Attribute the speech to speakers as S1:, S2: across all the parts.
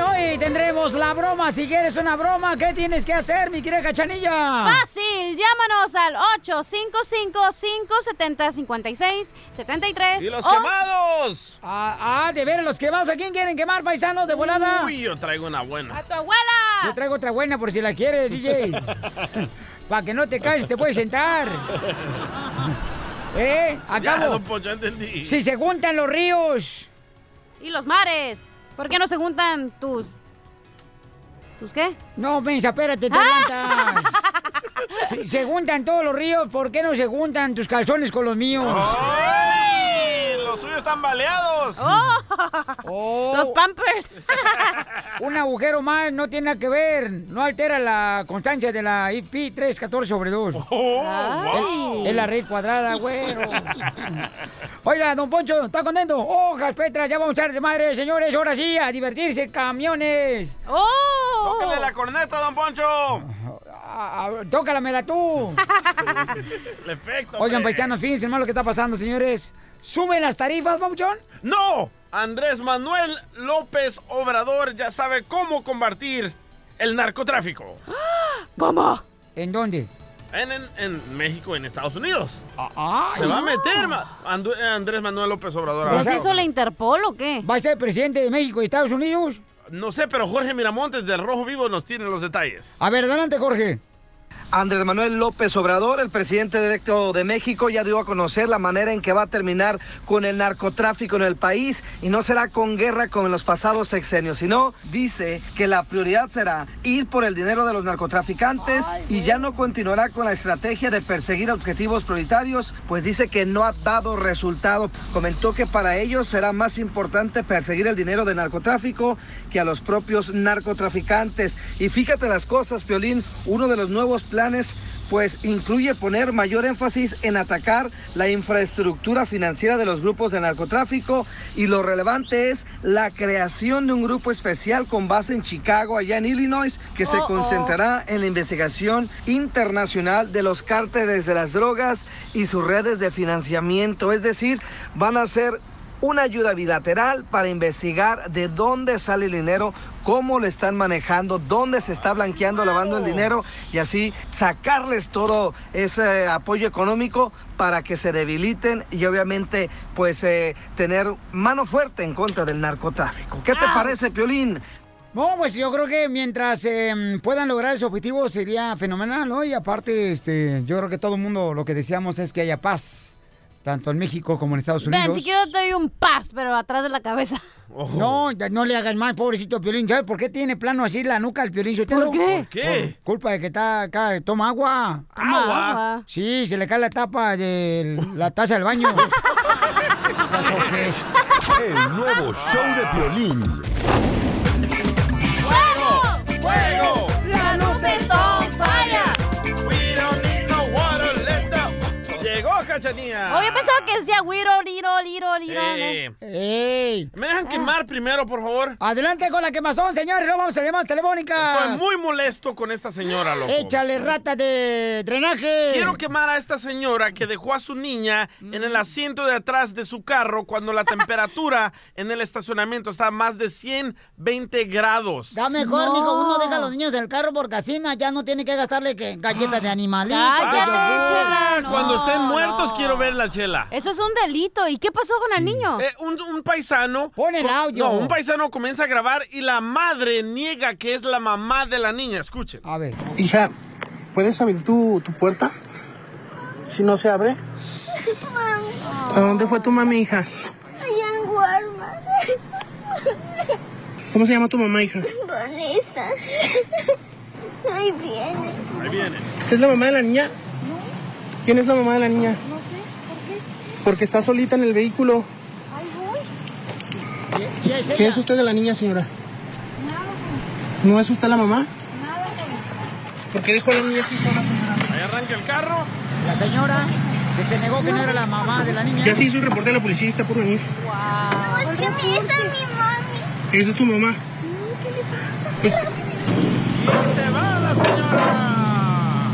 S1: Hoy tendremos la broma. Si quieres una broma, ¿qué tienes que hacer, mi querida Cachanilla?
S2: Fácil, llámanos al 855-570-5673.
S3: ¡Y los
S2: o-
S3: quemados!
S1: Ah, ah, de ver, los quemados. ¿A quién quieren quemar, paisanos, de volada?
S3: Uy, yo traigo una buena.
S2: ¡A tu abuela!
S1: Yo traigo otra buena por si la quieres, DJ. Para que no te calles, te puedes sentar. ¿Eh?
S3: Ya,
S1: Acabo.
S3: don Poncho, ya entendí.
S1: Si se juntan los ríos.
S2: ¡Y los mares! ¿Por qué no se juntan tus... ¿Tus qué?
S1: No, pensa, espérate, te
S3: Ah.
S1: adelantas. Si se juntan todos los ríos, ¿por qué no se juntan tus calzones con los míos?
S3: ¡Ay! ¡Los suyos están baleados!
S1: Oh,
S2: ¡Los pampers!
S1: un agujero más no tiene nada que ver. No altera la constancia de la IP 314 sobre 2.
S3: Oh, wow.
S2: Ay.
S1: Es la raíz cuadrada, güero. Oiga, don Poncho, ¿está contento? Hojas, Petra, ya vamos a echar de madre, señores. Ahora sí, a divertirse, camiones.
S2: ¡Oh!
S3: ¡Tócale la corneta, don Poncho!
S1: Ah, ah, tócalamela tú.
S3: El efecto.
S1: Oigan,
S3: hombre.
S1: paisanos, fíjense, hermano, lo que está pasando, señores. ¿Suben las tarifas, Papuchón?
S3: ¡No! Andrés Manuel López Obrador ya sabe cómo combatir el narcotráfico.
S2: ¿Cómo?
S1: ¿En dónde?
S3: En, en- en México, en Estados Unidos.
S1: Ah,
S3: Se va a meter ma- Andu- eh, Andrés Manuel López Obrador.
S2: ¿No
S3: ahora.
S1: Pues
S2: se hizo la Interpol o qué?
S1: ¿Va a ser presidente de México y Estados Unidos?
S3: No sé, pero Jorge Miramontes del Rojo Vivo nos tiene los detalles.
S1: A ver, adelante, Jorge.
S4: Andrés Manuel López Obrador, el presidente electo de México, ya dio a conocer la manera en que va a terminar con el narcotráfico en el país y no será con guerra como en los pasados sexenios, sino dice que la prioridad será ir por el dinero de los narcotraficantes y ya no continuará con la estrategia de perseguir objetivos prioritarios, pues dice que no ha dado resultado. Comentó que para ellos será más importante perseguir el dinero del narcotráfico que a los propios narcotraficantes. Y fíjate las cosas, Piolín, uno de los nuevos planes pues incluye poner mayor énfasis en atacar la infraestructura financiera de los grupos de narcotráfico y lo relevante es la creación de un grupo especial con base en Chicago, allá en Illinois, que se
S2: Oh, oh.
S4: concentrará en la investigación internacional de los cárteles de las drogas y sus redes de financiamiento, es decir, van a ser una ayuda bilateral para investigar de dónde sale el dinero, cómo lo están manejando, dónde se está blanqueando, lavando el dinero y así sacarles todo ese apoyo económico para que se debiliten y obviamente pues eh, tener mano fuerte en contra del narcotráfico. ¿Qué te parece, Piolín?
S1: No, pues yo creo que mientras eh, puedan lograr ese objetivo sería fenomenal, ¿no? Y aparte, este, yo creo que todo el mundo lo que deseamos es que haya paz, tanto en México como en Estados Unidos. Oh.
S2: Vean, si quiero te doy un pas, pero atrás de la cabeza.
S3: Ojo.
S1: No, ya no le hagas mal, pobrecito Piolín. ¿Sabes por qué tiene plano así la nuca al Piolín? Sotelo?
S2: ¿Por qué?
S3: ¿Por qué?
S1: Por culpa de que está acá, toma agua.
S2: Toma
S3: Agua.
S2: agua.
S1: Sí, se le cae la tapa de la taza del baño. Esas oje-
S5: El nuevo show de Piolín.
S3: ¡Fuego!
S2: ¡La luz es on fire!
S3: We don't need no water, let the- Llegó Cachanía.
S2: Oye, Oh, pensaba que decía Wiro, Liro, Liro, Liro. ¿eh?
S3: Eh,
S1: ¡Ey!
S3: ¿Me dejan quemar primero, por favor?
S1: Adelante con la quemazón, señores. No vamos a llamar
S3: Estoy
S1: telefónicas.
S3: muy molesto con esta señora, loco.
S1: Échale rata de drenaje.
S3: Quiero quemar a esta señora que dejó a su niña en
S1: Mm.
S3: el asiento de atrás de su carro cuando la temperatura en el estacionamiento está a más de 120 grados.
S1: Da mejor,
S2: No.
S1: mijo, uno deja a los niños en el carro por casina, ya no tiene que gastarle que galletas de animalito.
S2: Cállate,
S1: que yogur.
S2: chela, no,
S3: Cuando estén muertos
S2: no.
S3: quiero ver la chela.
S2: Eso es un delito. ¿Y qué pasó con el niño?
S3: Eh, un, un paisano...
S1: Pon el
S3: co-
S1: audio.
S3: No, un paisano comienza a grabar y la madre niega que es la mamá de la niña. Escuchen.
S1: A ver.
S6: Hija, ¿puedes abrir tu, tu puerta? Si no se abre. ¿A dónde fue tu mami, hija?
S7: Allá en Walmart.
S6: ¿Cómo se llama tu mamá, hija?
S7: Vanessa. Ahí viene.
S3: Ahí viene.
S6: ¿Usted es la mamá de la niña? ¿Quién es la mamá de la niña? No sé, ¿por qué? Porque está solita en el vehículo.
S1: ¿Y, y es
S6: ¿Qué
S1: ella? pues.
S6: es usted de la niña, señora? ¿No es usted la mamá? ¿Por qué dejó a la niña aquí sola?
S3: Ahí arranca el carro.
S1: La señora. que se negó que no era la mamá de la niña.
S6: Ya se hizo un reporte de la policía y está por venir.
S7: Es que Pues, me hizo mi mami.
S6: Esa es tu mamá.
S7: ¿Qué le pasa?
S6: Pues,
S3: ¡Se va la señora!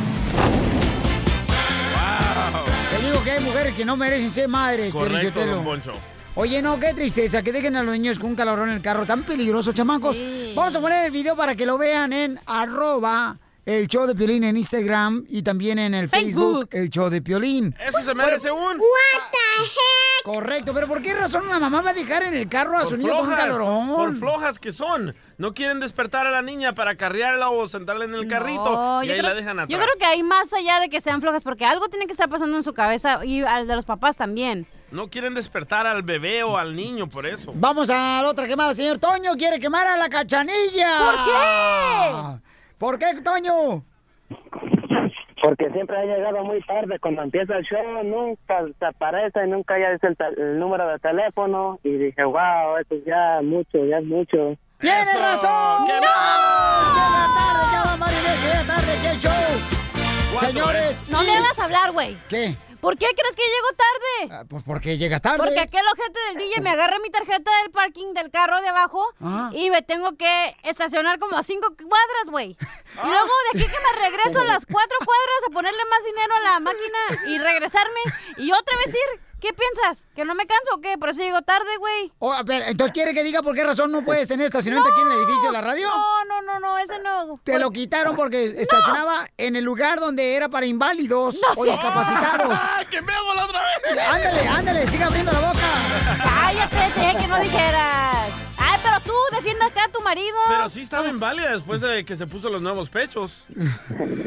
S1: Te digo que hay mujeres que no merecen ser madres, Piolín
S3: Correcto,
S1: Sotelo.
S3: don Poncho.
S1: Oye, no, qué tristeza, que dejen a los niños con un calorón en el carro. Tan peligroso, chamacos.
S2: Sí.
S1: Vamos a poner el video para que lo vean en arroba el show de Piolín en Instagram y también en el
S2: Facebook.
S1: Facebook, el show de Piolín.
S3: Eso se merece un.
S7: What the heck?
S1: Correcto, pero ¿por qué razón una mamá va a dejar en el carro a su
S3: Por
S1: niño con un
S3: flojas, por
S1: calorón?
S3: flojas que son. No quieren despertar a la niña para carrearla o sentarla en el carrito
S2: No,
S3: y
S2: yo
S3: ahí
S2: creo-
S3: la dejan atrás.
S2: Yo creo que hay más allá de que sean flojas, porque algo tiene que estar pasando en su cabeza y al de los papás también.
S3: No quieren despertar al bebé o al niño por eso.
S1: Vamos a la otra quemada, señor Toño quiere quemar a la cachanilla. ¿Por qué? ¿Por qué, Toño?
S8: Porque siempre ha llegado muy tarde cuando empieza el show, nunca se aparece, nunca ya dice el, tel- el número de teléfono y dije, wow, esto es ya mucho, ya es mucho.
S1: ¡Tienes
S3: Eso,
S1: razón!
S3: qué
S1: ¡No! Llega tarde, ya va Maribel, llega tarde, qué show.
S3: Cuatro,
S1: Señores,
S2: ¿eh? No
S1: y-
S2: me hagas hablar, güey.
S1: ¿Qué?
S2: ¿Por qué crees que llego tarde?
S1: Ah, Pues porque llegas tarde.
S2: Porque aquel ojete del DJ me agarra mi tarjeta del parking del carro de abajo
S1: Ajá.
S2: y me tengo que estacionar como a cinco cuadras, güey. Y luego de aquí que me regreso a las cuatro cuadras a ponerle más dinero a la máquina y regresarme y otra vez ir. ¿Qué piensas? ¿Que no me canso o qué? Por eso llego tarde, güey.
S1: Oh, a ver, entonces quiere que diga por qué razón no puedes tener estacionamiento aquí en el edificio de la radio.
S2: No, no, no, no, ese no.
S1: Te lo quitaron porque estacionaba en el lugar donde era para inválidos o discapacitados.
S3: ¡Ah, que me hago la otra vez!
S1: Ándale, ándale, sigue abriendo la boca.
S2: Cállate, te dije que no dijeras. Ay, pero tú defiende acá a tu marido.
S3: Pero sí estaba inválida después de que se puso los nuevos pechos.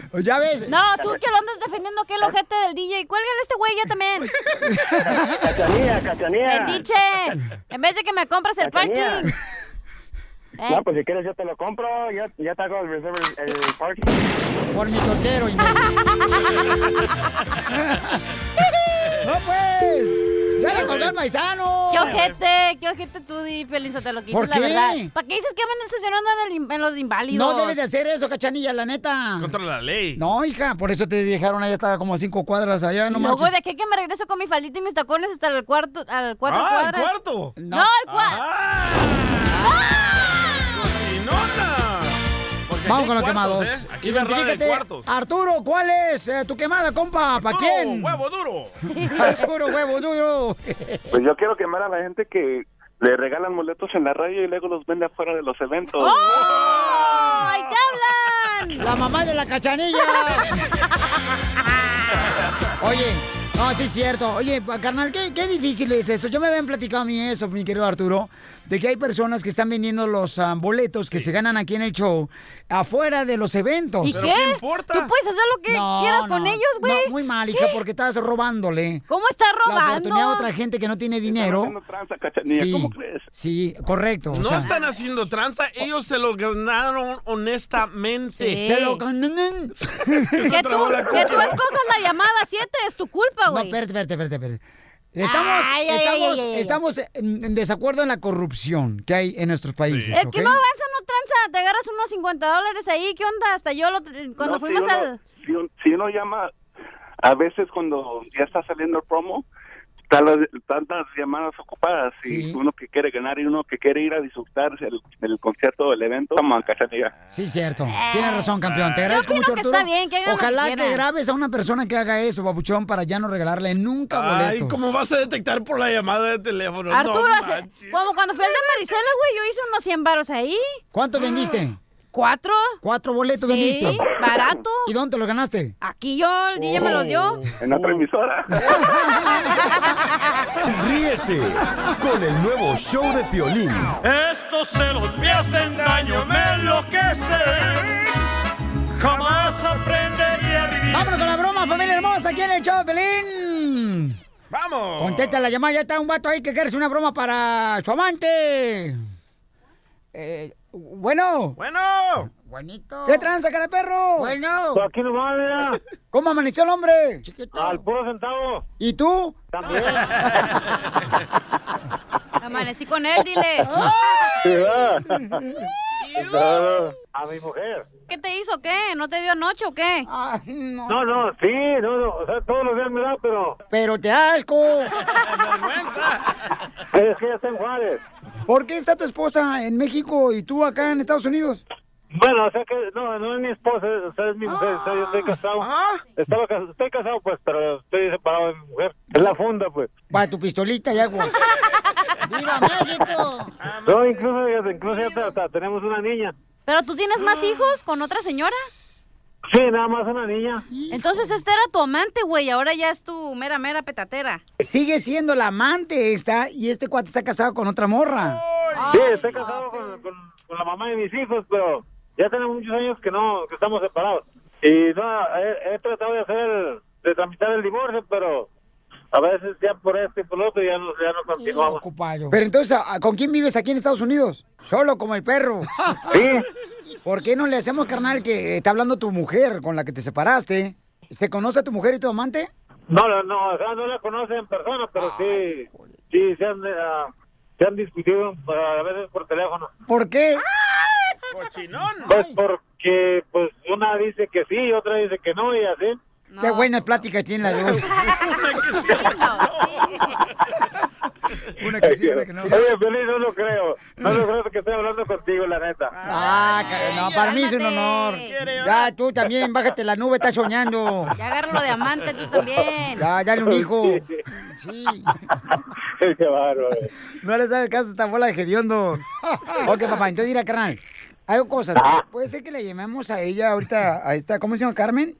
S1: Pues Ya ves.
S2: No, tú que lo andas defendiendo aquel ojete del DJ. Cuélgale a este güey ya también.
S8: Cachanía, cachanía.
S2: Metiche, en vez de que me compres el
S8: Cachanía.
S2: parking. Eh,
S8: No, pues si quieres yo te lo compro, yo, yo te hago el reserve, el parking.
S1: Por mi tortero. imbécil. no pues. Ya le colgué al paisano.
S2: qué ojete, qué ojete tú, Di Pelín Sotelo, que
S1: ¿Por
S2: dices la
S1: qué?
S2: verdad. ¿Para qué dices que andan estacionando en, el in- en los inválidos?
S1: No debes de hacer eso, cachanilla, la neta.
S3: Contra la ley.
S1: No, hija, por eso te dejaron allá, estaba como a cinco cuadras allá, no
S2: Y Luego
S1: marches.
S2: de aquí que me regreso con mi faldita y mis tacones hasta el cuarto, al cuatro
S3: ¡Ah, el
S2: cuadras.
S3: cuarto!
S2: No, al cuarto.
S3: ¡Ah! ¡Cochinona! Porque
S1: Vamos
S3: aquí
S1: con los
S3: hay
S1: quemados.
S3: cuartos, ¿eh? Aquí hay barrada de
S1: Identifícate.
S3: cuartos.
S1: Arturo, ¿cuál es eh, tu quemada, compa? ¿Para
S3: Duro,
S1: quién?
S3: ¡Huevo duro!
S1: Arturo, huevo duro.
S8: Pues yo quiero quemar a la gente que le regalan boletos en la radio y luego los vende afuera de los eventos.
S1: ¡Oh!
S2: ¡Ay, qué ¡Oh! hablan!
S1: La mamá de la cachanilla. Oye, no, sí es cierto. Oye, pa- carnal, ¿qué, qué difícil es eso. Yo me habían platicado a mí eso, mi querido Arturo, de que hay personas que están vendiendo los ah, boletos que se ganan aquí en el show afuera de los eventos.
S2: ¿Y
S3: Ah, ¿Pero
S2: qué?
S3: qué importa?
S2: Tú puedes hacer lo que quieras con
S1: no,
S2: ellos, güey.
S1: No, muy mal, hija, porque estás robándole
S2: ¿Cómo estás
S1: la
S2: robando?
S1: oportunidad a otra gente que no tiene dinero.
S8: Haciendo tranza, cachanilla,
S1: Sí,
S8: ¿cómo crees?
S1: sí, correcto. o
S3: No
S1: sea,
S3: están haciendo tranza, ellos se lo ganaron honestamente.
S2: Sí.
S1: te lo ganan.
S2: Que tú,
S3: trabó la
S2: que tú
S3: coca.
S2: escojas la llamada 7 es tu culpa,
S1: No,
S2: güey.
S1: espérate, espérate, espérate, espérate. Estamos,
S2: Ay, ay, ay,
S1: estamos,
S2: ay, ay.
S1: estamos en en desacuerdo en la corrupción que hay en nuestros países.
S2: es
S1: ¿ok?
S2: que no avanza, no tranza. Te agarras unos 50 dólares ahí. ¿Qué onda? Hasta yo, lo, cuando
S8: No,
S2: fuimos
S8: si uno,
S2: al...
S8: Si un- si uno llama, a veces cuando ya está saliendo el promo, están las- tantas llamadas ocupadas
S1: Sí.
S8: y uno que quiere ganar y uno que quiere ir a disfrutar el, el concierto o el evento, como a cachanilla.
S1: Sí, cierto. Tienes razón, campeón. Te agradezco
S2: Eh. opino
S1: mucho,
S2: que
S1: Arturo.
S2: está bien, que hagan lo que
S1: Ojalá que,
S2: quieran.
S1: grabes a una persona que haga eso, babuchón, para ya no regalarle nunca boletos.
S3: Ay, ¿cómo vas a detectar por la llamada de teléfono?
S2: Arturo,
S3: No
S2: hace-
S3: manches.
S2: como cuando fui al de Marisela, güey, yo hice unos 100 varos ahí.
S1: ¿Cuánto vendiste?
S2: ¿Cuatro?
S1: ¿Cuatro boletos
S2: sí,
S1: vendiste?
S2: barato.
S1: ¿Y dónde te los ganaste?
S2: Aquí yo, el DJ me los dio.
S8: En otra emisora.
S5: Ríete con el nuevo show de Piolín.
S9: Estos celos me hacen daño, me enloquecen. Jamás aprendería a vivir.
S1: Vámonos con la broma, familia hermosa, aquí en el show, Pelín.
S3: ¡Vamos!
S1: Contesta la llamada, ya está un vato ahí que quiere hacer una broma para su amante. Eh, bueno.
S3: Bueno,
S1: Buenito. ¿Qué tranza, cara de perro? Bueno.
S8: Pues Aquí nos va,
S1: ¿Cómo amaneció el hombre?
S8: al puro centavo.
S1: ¿Y tú?
S8: También.
S1: Oh.
S2: ¡Oh! Amanecí con él, dile.
S8: No, a mi mujer.
S2: ¿Qué te hizo? ¿Qué? ¿No te dio anoche o qué?
S1: no.
S8: No, no, sí, no, no, o sea, todos los días me da, pero
S1: Pero te asco.
S8: es que ya está en Juárez.
S1: ¿Por qué está tu esposa en México y tú acá en Estados Unidos?
S8: Bueno, o sea que no, no es mi esposa, o sea, es mi mujer, o sea, yo estoy casado. Estaba cas- estoy casado, pues, pero estoy separado de mi mujer. Es la funda, pues.
S1: Para tu pistolita y agua. ¡Viva México!
S8: No, incluso, fíjate, incluso ya hasta- hasta tenemos una niña.
S2: ¿Pero tú tienes
S1: Ah.
S2: más hijos con otra señora?
S8: Sí, nada más una niña.
S2: Entonces este era tu amante, güey. Ahora ya es tu mera, mera petatera.
S1: Sigue siendo la amante esta y este cuate está casado con otra morra.
S8: Sí, estoy casado con, con- con la mamá de mis hijos, pero ya tenemos muchos años que no, que estamos separados. Y no, he, he tratado de hacer, de tramitar el divorcio, pero a veces ya por esto y por lo otro ya no, ya no continuamos.
S1: Pero entonces, ¿a- ¿con quién vives aquí en Estados Unidos? Solo como el perro. ¿Por qué no le hacemos, carnal, que está hablando tu mujer con la que te separaste? ¿Se conoce a tu mujer y tu amante?
S8: No, no, no, o sea, no la conocen en persona, pero sí, sí, se han, eh, ah, se han discutido eh, a veces por teléfono.
S1: ¿Por qué?
S8: Pues porque, pues, una dice que sí, y otra dice que no, y así.
S1: Qué buenas pláticas tienen las dos.
S8: Una que sí, una que no. Oye, Feliz, no lo creo. No lo creo que estoy hablando contigo, la neta.
S1: Ah, ca- no, para mí es un honor. Ya, tú también, bájate la nube, estás soñando.
S2: Ya agárralo de amante tú también.
S1: Ya, dale un hijo. Sí.
S8: Qué bárbaro.
S1: No le sabes caso a esta bola de hediondo. Ok, papá, entonces mira, carnal. Hay dos cosas. Puede ser que le llamemos a ella ahorita, a esta, ¿cómo se llama? Carmen.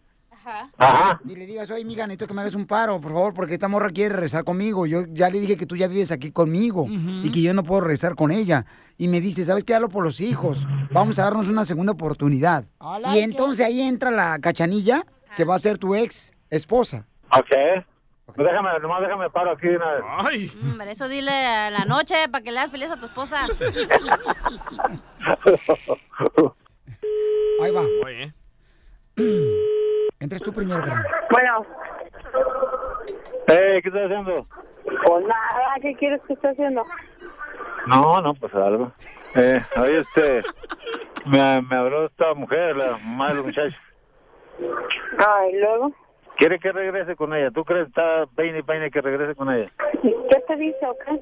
S1: Y le digas, oye, mija, necesito que me hagas un paro, por favor, porque esta morra quiere rezar conmigo. Yo ya le dije que tú ya vives aquí conmigo y que yo no puedo rezar con ella. Y me dice, ¿sabes qué? Hablo por los hijos. Vamos a darnos una segunda oportunidad. y entonces ahí entra la cachanilla, que va a ser tu ex esposa.
S8: Ok. Pues déjame, nomás déjame paro aquí de una vez. Ay.
S2: Hombre, eso dile a la noche para que le hagas feliz a tu esposa.
S1: Ahí va. Entres tú primero, carnal.
S10: Bueno,
S8: Eh, ¿qué estás haciendo?
S10: pues nada, ¿qué quieres que esté haciendo?
S8: No, no, pues algo. Eh, oye, este, me, me habló esta mujer, la mamá de los muchachos.
S10: Ay, luego,
S8: Quiere que regrese con ella. ¿Tú crees que está peine y peine que regrese con ella?
S10: ¿qué te dice o qué?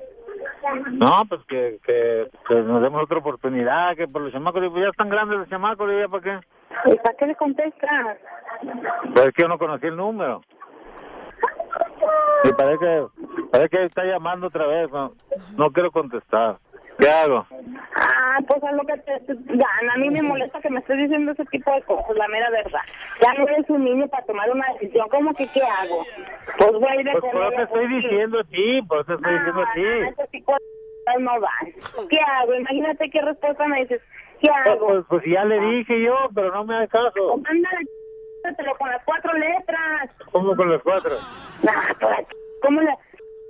S8: No, pues que, que, que nos demos otra oportunidad, que por los chamacos, digo, ya están grandes los chamacos, digo, ya para qué.
S10: ¿Y para qué le contestas?
S8: Pues es que yo no conocí el número. Y parece que, parece que está llamando otra vez, no, no quiero contestar. ¿Qué hago?
S10: Ah, pues a lo que te te gana. A mí me molesta que me estés diciendo ese tipo de cosas, la mera verdad. Ya no eres un niño para tomar una decisión. ¿Cómo que qué hago? Pues voy a ir a
S8: Pues por eso te
S10: comer. Ah,
S8: estoy diciendo a ti, por eso te estoy diciendo a ti.
S10: Ese tipo de cosas no van. ¿Qué hago? Imagínate qué respuesta me dices. ¿Qué
S8: Pues,
S10: hago?
S8: pues, pues ya
S10: Ah.
S8: le dije yo, pero no me hace caso.
S10: Anda, pero con las cuatro letras.
S8: ¿Cómo con los cuatro?
S10: Ah, por aquí. ¿Cómo la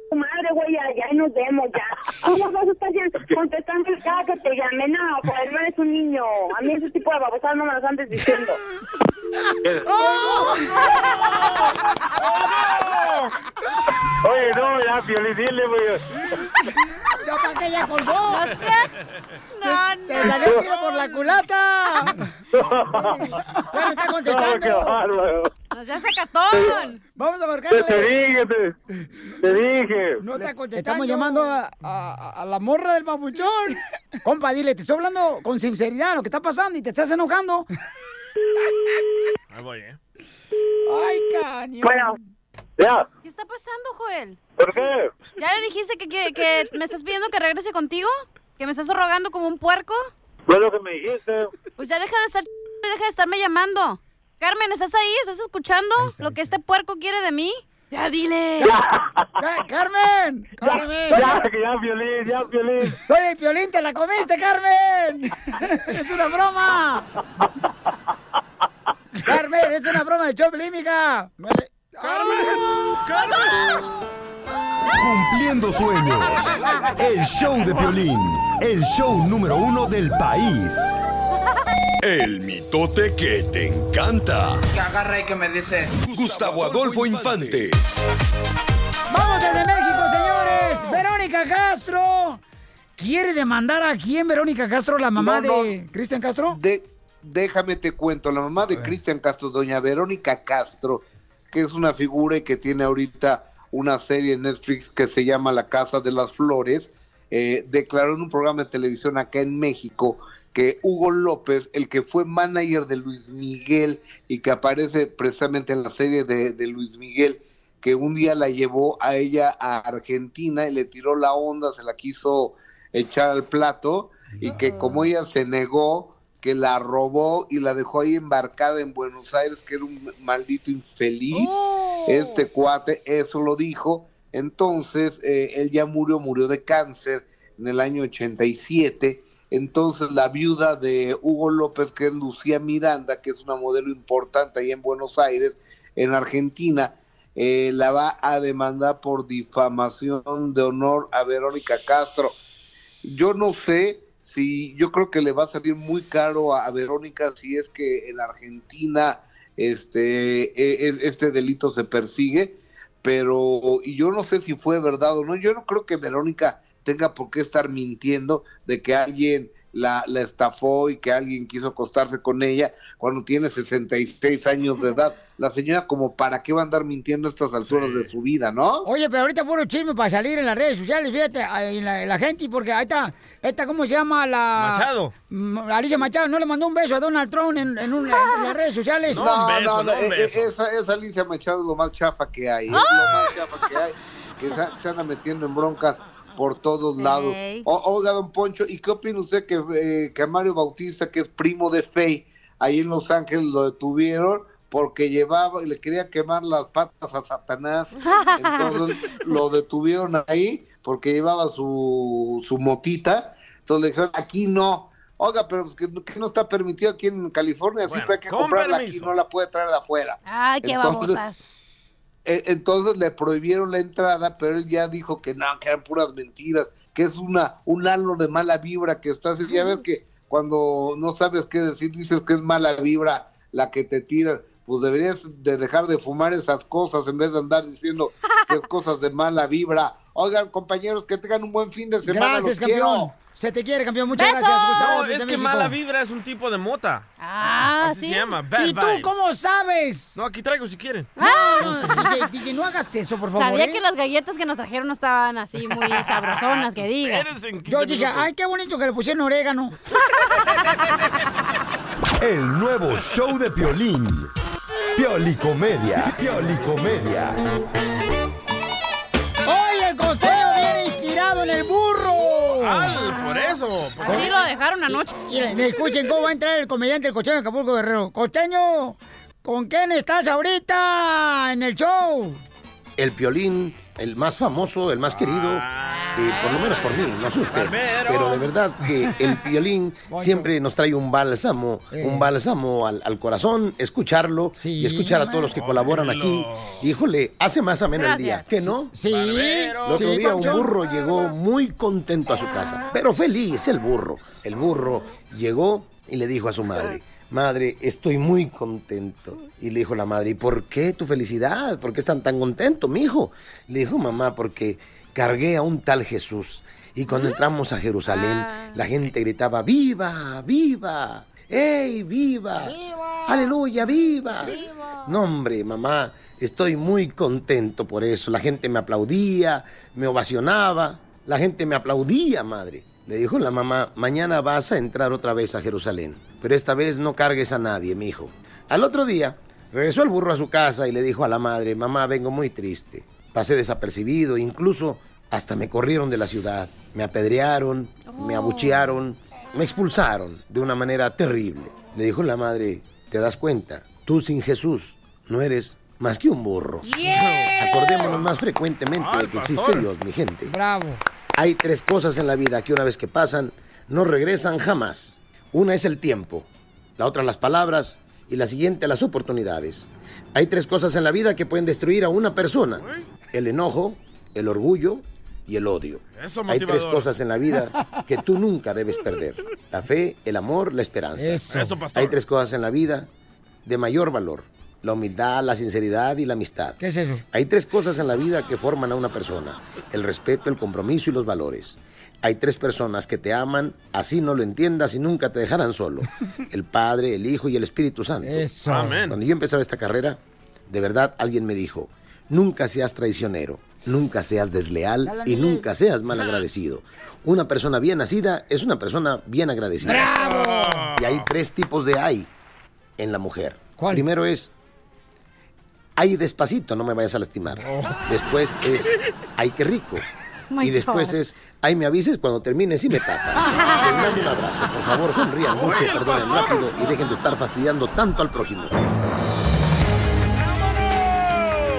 S10: tu madre, güey? Ya, ya nos vemos, ya. ¿Cómo vas a estar ya contestando cada que te llame? No, pues no eres un niño. A mí ese tipo de babosadas no me las andes diciendo.
S1: ¡Oh!
S8: Oye, no, ya, Piolín, dile, güey.
S1: Ya para que ya colgó. No
S2: No, no.
S1: Te salió un tiro por la culata. Ya no está
S8: No, qué
S1: contestando.
S8: bárbaro.
S2: ¡Nos ya se catón!
S1: Vamos a marcarle.
S8: Te, te dije, te, te dije.
S1: No está contestando. Estamos llamando a, a- a la morra del papuchón. Compa, dile, te estoy hablando con sinceridad lo que está pasando y te estás enojando.
S3: Ahí voy, ¿eh?
S1: Ay, caño.
S10: Bueno.
S8: Ya,
S2: ¿Qué está pasando, Joel?
S8: ¿por qué?
S2: ¿Ya le dijiste que, que, que me estás pidiendo que regrese contigo? ¿Que me estás rogando como un puerco?
S8: Fue lo que me dijiste.
S2: Pues ya deja de estar ch- y deja de estarme llamando. Carmen, ¿estás ahí? ¿Estás escuchando lo que este puerco quiere de mí? ¡Ya dile!
S1: Ca- ¡Carmen! ¡Carmen!
S8: Ya, que ya, Piolín, ya, Piolín.
S1: ¡Soy el piolín, te la comiste, Carmen! ¡Es una broma! ¡Carmen, es una broma de Choplin, mija! No le- ¡Carmen! ¡Carmen!
S5: Cumpliendo sueños. El show de Piolín. El show número uno del país. El mitote que te encanta.
S11: Que agarra y que me dice.
S5: Gustavo Adolfo Infante.
S1: ¡Vamos desde México, señores! ¡Verónica Castro! ¿Quiere demandar a quién, Verónica Castro, la mamá
S11: No, no.
S1: de Cristian Castro?
S11: De, déjame te cuento, la mamá de Cristian Castro, doña Verónica Castro, que es una figura y que tiene ahorita una serie en Netflix que se llama La Casa de las Flores, eh, declaró en un programa de televisión acá en México que Hugo López, el que fue manager de Luis Miguel y que aparece precisamente en la serie de, de Luis Miguel, que un día la llevó a ella a Argentina y le tiró la onda, se la quiso echar al plato y que como ella se negó, que la robó y la dejó ahí embarcada en Buenos Aires, que era un maldito infeliz, este cuate, eso lo dijo, entonces eh, él ya murió, murió de cáncer en el año 87, entonces la viuda de Hugo López, que es Lucía Miranda, que es una modelo importante ahí en Buenos Aires, en Argentina, eh, la va a demandar por difamación de honor a Verónica Castro. Yo no sé si yo creo que le va a salir muy caro a, a Verónica si es que en Argentina este e- es- este delito se persigue, pero y yo no sé si fue verdad o no. Yo no creo que Verónica tenga por qué estar mintiendo de que alguien la, la estafó y que alguien quiso acostarse con ella cuando tiene 66 años de edad. La señora como para qué va a andar mintiendo a estas alturas de su vida, ¿no?
S1: Oye, pero ahorita puro chisme para salir en las redes sociales, fíjate, ahí en la, en la gente, porque ahí está, esta, ¿cómo se llama? La...
S11: Machado.
S1: M- Alicia Machado, ¿no le mandó un beso a Donald Trump en, en un- en las redes sociales?
S11: eh, eh, Esa, esa Alicia Machado es lo más chafa que hay. Es lo más chafa que hay. Que se, se anda metiendo en broncas por todos lados.
S12: Ey.
S11: O- oiga, don Poncho, ¿y qué opina usted que, eh, que Mario Bautista, que es primo de Fey, ahí en Los Ángeles lo detuvieron porque llevaba, le quería quemar las patas a Satanás? Entonces lo detuvieron ahí porque llevaba su, su motita. Entonces le dijeron, aquí no. Oiga, pero pues, que, que no está permitido aquí en California, siempre hay que
S3: con
S11: comprarla aquí,
S3: permiso.
S11: no la puede traer de afuera.
S2: Ay, qué
S11: Entonces,
S2: babotas.
S11: eh, entonces le prohibieron la entrada, pero él ya dijo que no, que eran puras mentiras, que es una un halo de mala vibra que estás, ya ves que cuando no sabes qué decir dices que es mala vibra la que te tiran, pues deberías de dejar de fumar esas cosas en vez de andar diciendo que es cosas de mala vibra. Oigan, compañeros, que tengan un buen fin de semana.
S1: Gracias,
S11: los
S1: campeón.
S11: quiero.
S1: Se te quiere, campeón. Muchas
S11: ¡Besos!
S1: gracias, Gustavo.
S3: No,
S1: desde
S3: es que
S1: México.
S3: mala vibra es un tipo de mota.
S2: Ah,
S3: Así
S1: ¿sí?
S3: se llama. Bad
S1: ¿Y tú
S3: vibes.
S1: cómo sabes?
S3: No, aquí traigo si quieren.
S1: No, no, DJ, DJ, no hagas eso, por favor.
S2: Sabía
S1: ¿eh?
S2: que las galletas que nos trajeron no estaban así muy sabrosonas, que diga.
S1: Yo dije, ay, qué bonito que le pusieron orégano.
S5: El nuevo show de Piolín. Piolicomedia. Piolicomedia.
S1: Hoy el costeo viene inspirado en el burro.
S3: Ah, por eso, por Así eso. lo
S2: dejaron anoche.
S1: Miren, escuchen cómo va a entrar el comediante el costeño de Acapulco Guerrero. Costeño, ¿con quién estás ahorita en el show?
S13: el piolín, el más famoso, el más querido, eh, por lo menos por mí, no sé usted, pero de verdad que el piolín siempre nos trae un bálsamo,
S14: Eh.
S13: un bálsamo al, al corazón, escucharlo y escuchar a todos los que colaboran aquí. Híjole, hace más ameno el día,
S14: Gracias.
S13: ¿qué no?
S1: Sí.
S13: El otro
S14: Sí,
S13: día un
S14: Pancho.
S13: burro llegó muy contento a su casa, pero feliz el burro. El burro llegó y le dijo a su madre, madre, estoy muy contento. Y le dijo la madre, ¿y por qué tu felicidad? ¿Por qué están tan contento, mijo? Le dijo mamá, porque cargué a un tal Jesús. Y cuando entramos a Jerusalén, la gente gritaba, ¡viva, viva! ¡Ey, viva! ¡Aleluya, viva! No, hombre, mamá, estoy muy contento por eso. La gente me aplaudía, me ovacionaba, la gente me aplaudía, madre. Le dijo la mamá, mañana vas a entrar otra vez a Jerusalén, pero esta vez no cargues a nadie, mi hijo. Al otro día, regresó el burro a su casa y le dijo a la madre, mamá, vengo muy triste. Pasé desapercibido, incluso hasta me corrieron de la ciudad. Me apedrearon, me abuchearon, me expulsaron de una manera terrible. Le dijo la madre, ¿te das cuenta? Tú sin Jesús no eres más que un burro. Acordémonos más frecuentemente de que existe
S14: pastor.
S13: Dios, mi gente.
S1: Bravo.
S13: Hay tres cosas en la vida que una vez que pasan, no regresan jamás. Una es el tiempo, la otra las palabras y la siguiente las oportunidades. Hay tres cosas en la vida que pueden destruir a una persona. El enojo, el orgullo y el odio.
S3: Eso
S13: Hay tres
S3: motivador.
S13: cosas en la vida que tú nunca debes perder. La fe, el amor, la esperanza.
S3: Eso. Eso, pastor.
S13: Hay tres cosas en la vida de mayor valor. la humildad, la sinceridad y la amistad.
S1: ¿Qué es eso?
S13: Hay tres cosas en la vida que forman a una persona. El respeto, el compromiso y los valores. Hay tres personas que te aman, así no lo entiendas y nunca te dejarán solo. El Padre, el Hijo y el Espíritu Santo.
S1: Eso. Amén.
S13: Cuando yo empezaba esta carrera, de verdad alguien me dijo, nunca seas traicionero, nunca seas desleal y nunca seas mal agradecido. Una persona bien nacida es una persona bien agradecida. Y hay tres tipos de hay en la mujer. Primero es hay despacito, no me vayas a lastimar. Después es ay qué rico.
S9: My
S13: y después
S9: God.
S13: es ay me avises cuando termines y me tapas. Les mando un abrazo, por favor,
S3: Ah,
S13: sonrían mucho, perdonen rápido y dejen de estar fastidiando tanto al prójimo.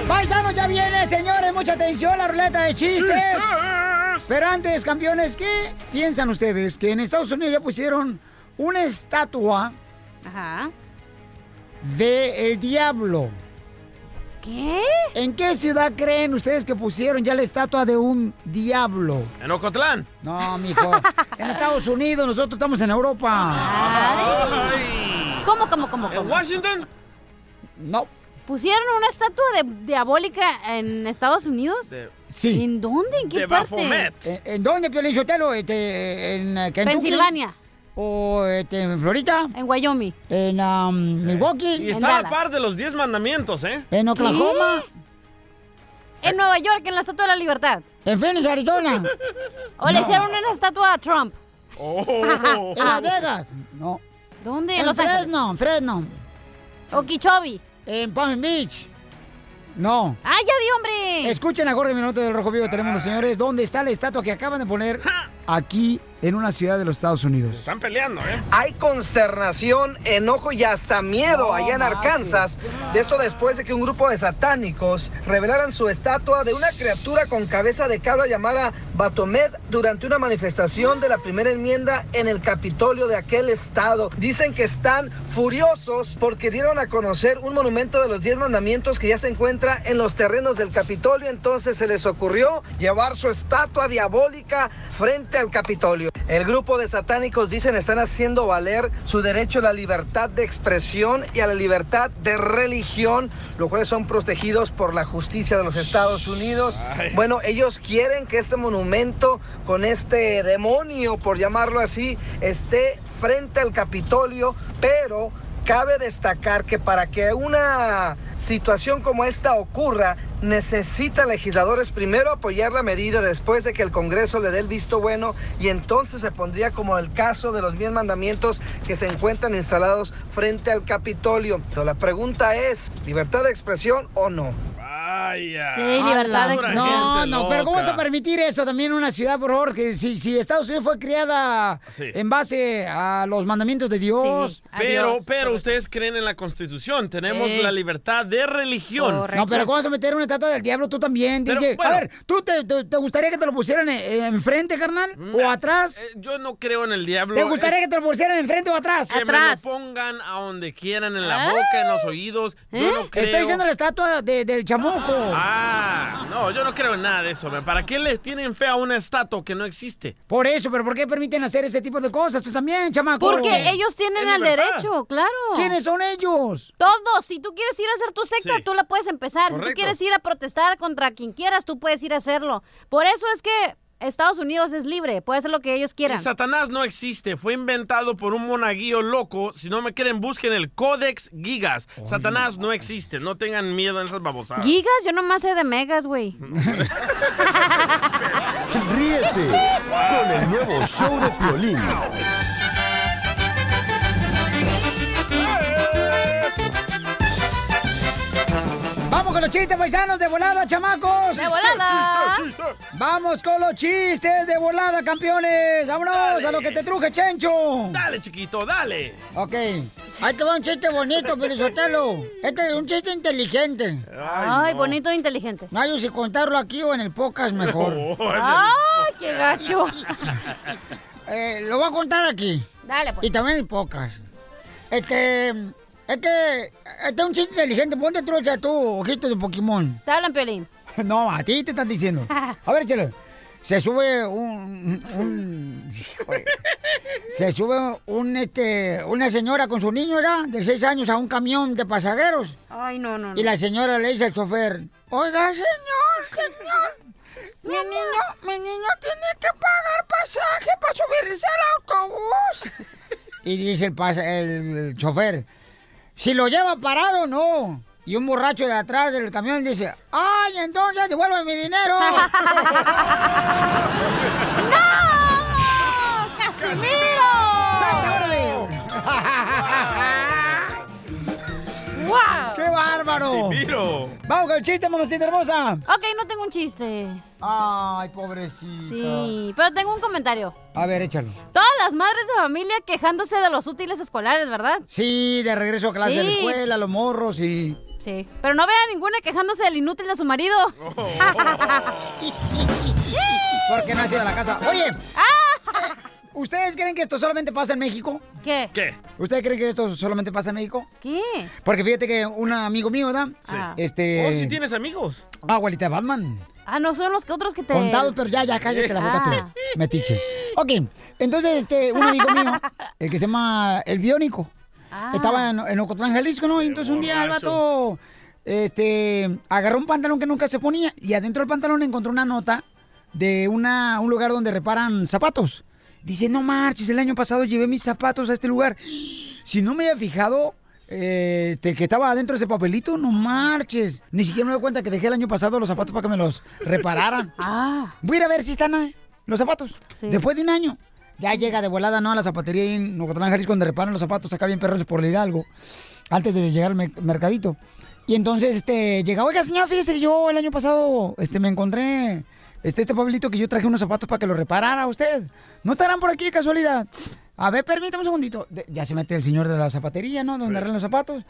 S1: Paisano, ya viene, señores. Mucha atención, la ruleta de chistes. Pero antes, campeones, ¿qué piensan ustedes? Que en Estados Unidos ya pusieron una estatua
S2: Ajá.
S1: de el diablo.
S2: ¿Qué?
S1: ¿En qué ciudad creen ustedes que pusieron ya la estatua de un diablo?
S3: En Ocotlán.
S1: No, mijo. en Estados Unidos, nosotros estamos en Europa.
S2: Ay. ¿Cómo, cómo, cómo? ¿En
S3: Washington?
S1: No.
S2: ¿Pusieron una estatua de- diabólica en Estados Unidos?
S1: Sí.
S2: ¿En dónde? ¿En qué parte?
S1: ¿En, Eh, en dónde, Piolín Sotelo? Este, ¿En eh, Kentucky?
S2: Pensilvania.
S1: ¿O este, en Florida?
S2: En Wyoming.
S1: ¿En um, Milwaukee?
S3: Eh, Y está a la par de los 10 mandamientos, ¿eh?
S1: ¿En Oklahoma?
S2: En Nueva York, en la Estatua de la Libertad.
S1: eh. ¿En Phoenix, Arizona?
S2: ¿O le
S1: No.
S2: hicieron una estatua a Trump?
S3: Oh.
S1: ¿En Las Vegas? No.
S2: ¿Dónde?
S1: En
S2: Los Ángeles.
S1: Fresno, en Fresno.
S2: Okeechobee.
S1: ¿En Palm Beach? No.
S2: ¡Ah, ya di, hombre!
S1: Escuchen a Jorge Minote del Rojo Vivo de
S3: Ah.
S1: Telemundo, señores. ¿Dónde está la estatua que acaban de poner aquí en una ciudad de los Estados Unidos?
S3: Están peleando, ¿eh?
S4: Hay consternación, enojo y hasta miedo
S1: No,
S4: allá en Arkansas. De esto después de que un grupo de satánicos revelaran su estatua de una criatura con cabeza de cabra llamada Batomet durante una manifestación de la primera enmienda en el Capitolio de aquel estado. Dicen que están furiosos porque dieron a conocer un monumento de los diez mandamientos que ya se encuentra en los terrenos del Capitolio. Entonces se les ocurrió llevar su estatua diabólica frente al Capitolio. El grupo de satánicos dicen están haciendo valer su derecho a la libertad de expresión y a la libertad de religión, los cuales son protegidos por la justicia de los Estados Unidos. Bueno, ellos quieren que este monumento con este demonio, por llamarlo así, esté frente al Capitolio, pero cabe destacar que para que una situación como esta ocurra, necesita legisladores primero apoyar la medida después de que el Congreso le dé el visto bueno y entonces se pondría como el caso de los bien mandamientos que se encuentran instalados frente al Capitolio. Pero la pregunta es, ¿libertad de expresión o no?
S3: Vaya.
S4: Sí, libertad de
S3: Pura
S1: No,
S3: gente
S1: no, pero ¿cómo vas
S3: loca.
S1: a permitir eso también en una ciudad, por favor? Que si, si Estados Unidos fue creada
S3: Sí.
S1: en base a los mandamientos de Dios.
S3: Pero, pero ustedes creen en la Constitución. Tenemos
S1: Sí.
S3: la libertad de religión.
S1: No, pero ¿cómo vas a meter una estatua del diablo tú también,
S3: Pero,
S1: DJ?
S3: bueno.
S1: A ver, ¿tú te, te- te gustaría que te lo pusieran eh, enfrente, carnal? ¿O atrás?
S3: Eh, Yo no creo en el diablo.
S1: ¿Te gustaría
S3: Es-
S1: que te lo pusieran enfrente o atrás?
S3: Que me lo pongan a donde quieran, en la boca, en los oídos.
S1: ¿Eh?
S3: Yo no creo.
S1: Estoy diciendo la estatua de- del chamuco.
S3: Ah, no, yo no creo en nada de eso. man. ¿Para qué les tienen fe a una estatua que no existe?
S1: Por eso, pero ¿por qué permiten hacer ese tipo de cosas? Tú también, chamaco.
S2: Porque ellos tienen el derecho, claro.
S1: ¿Quiénes son ellos?
S2: Todos. Si tú quieres ir a hacer tu secta,
S1: Sí.
S2: tú la puedes empezar. Si
S1: Correcto.
S2: tú quieres ir a protestar contra quien quieras, tú puedes ir a hacerlo. Por eso es que Estados Unidos es libre. Puede hacer lo que ellos
S3: Y
S2: quieran.
S3: Satanás no existe, fue inventado por un monaguillo loco. Si no me creen, busquen el Codex Gigas. Satanás no existe, no tengan miedo en esas babosadas.
S2: Gigas, yo nomás sé de megas, güey.
S5: Ríete con el nuevo show de Piolín.
S1: Vamos con los chistes paisanos de volada, chamacos.
S9: ¡De volada!
S1: Vamos con los chistes de volada, campeones. Vámonos a lo que te truje, Chencho.
S3: Dale, chiquito, dale.
S1: Ok. Ahí te va un chiste bonito, Pelizotelo. Este es un chiste inteligente.
S2: Ay, no. bonito e inteligente.
S1: No hay si contarlo aquí o en el podcast mejor.
S2: ¡Ay, qué gacho!
S1: Eh, lo voy a contar aquí.
S2: Dale, pues.
S1: Y también en pocas. Este. Este. Este es un chiste inteligente. Ponte trucha tú, ojito de Pokémon.
S2: Te hablan, Piolín.
S1: No, a ti te están diciendo. A ver, chelo. se sube un, un- híjole. se sube un este una señora con su niño ¿verdad? de seis años a un camión de pasajeros
S2: Ay, no, no, no.
S1: y la señora le dice al chofer oiga señor señor mi niño mi niño tiene que pagar pasaje para subirse al autobús y dice el, pas- el chofer si lo lleva parado no y un borracho de atrás del camión dice ay entonces devuelve mi dinero
S7: ¡No! ¡Casimiro!
S2: ¡Wow!
S1: ¡Qué bárbaro! Vamos con el chiste, mamacita hermosa.
S2: Ok, no tengo un chiste.
S1: Ay, pobrecita.
S2: Sí, pero tengo un comentario.
S1: A ver, échalo.
S2: Todas las madres de familia quejándose de los útiles escolares, ¿verdad?
S1: Sí, de regreso a clase de la
S2: Sí.
S1: escuela, los morros y.
S2: Sí. Pero no vea ninguna quejándose del inútil de su marido.
S1: Oh. Porque no ha sido a la casa. Oye.
S2: Ah,
S1: ¿Ustedes creen que esto solamente pasa en México?
S2: ¿Qué?
S3: ¿Qué?
S1: ¿Ustedes creen que esto solamente pasa en México?
S2: ¿Qué?
S1: Porque fíjate que un amigo mío, ¿verdad?
S3: Sí.
S1: Este.
S3: Oh, sí tienes amigos.
S1: Ah, abuelita de Batman.
S2: Ah, no son los que otros que te.
S1: Contados, pero ya, ya, cállate la boca
S2: Ah.
S1: tú. Metiche. Ok, entonces, este, un amigo mío, el que se llama El Biónico,
S2: Ah.
S1: estaba en, en Ocotlán, Jalisco, ¿no? Y entonces un día el vato, este, agarró un pantalón que nunca se ponía y adentro del pantalón encontró una nota de una, un lugar donde reparan zapatos. Dice, no marches, el año pasado llevé mis zapatos a este lugar. Si no me había fijado eh, este, que estaba adentro ese papelito, no marches. Ni siquiera me doy cuenta que dejé el año pasado los zapatos para que me los repararan.
S2: Ah.
S1: Voy a ir a ver si están ahí, los zapatos. Después de un año. Ya llega de volada, ¿no? A la zapatería ahí en Ocotlán, Jalisco, donde reparan los zapatos. Acá bien perros por el Hidalgo. Antes de llegar al me- mercadito. Y entonces, este, llega, oiga, señor, fíjese que yo el año pasado, este, me encontré este, este papelito que yo traje unos zapatos para que lo reparara usted. ¿No estarán por aquí de casualidad? A ver, permítame un segundito. De- ya se mete el señor de la zapatería, ¿no? Donde arreglan los zapatos.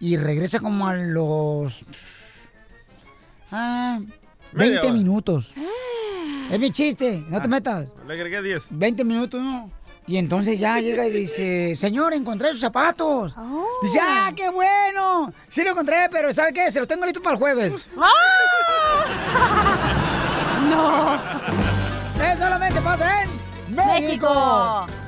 S1: Y regresa como a los... Ah,
S3: Media
S1: 20
S3: hora. Ah.
S1: minutos. Es mi chiste, no te metas.
S3: Le agregué 10.
S1: 20 minutos, ¿no? Y entonces ya llega y dice, señor, encontré sus zapatos. Dice, ah, qué bueno. Sí lo encontré, pero ¿sabe qué? Se los tengo listos para el jueves. no. Eso solamente pasa en México.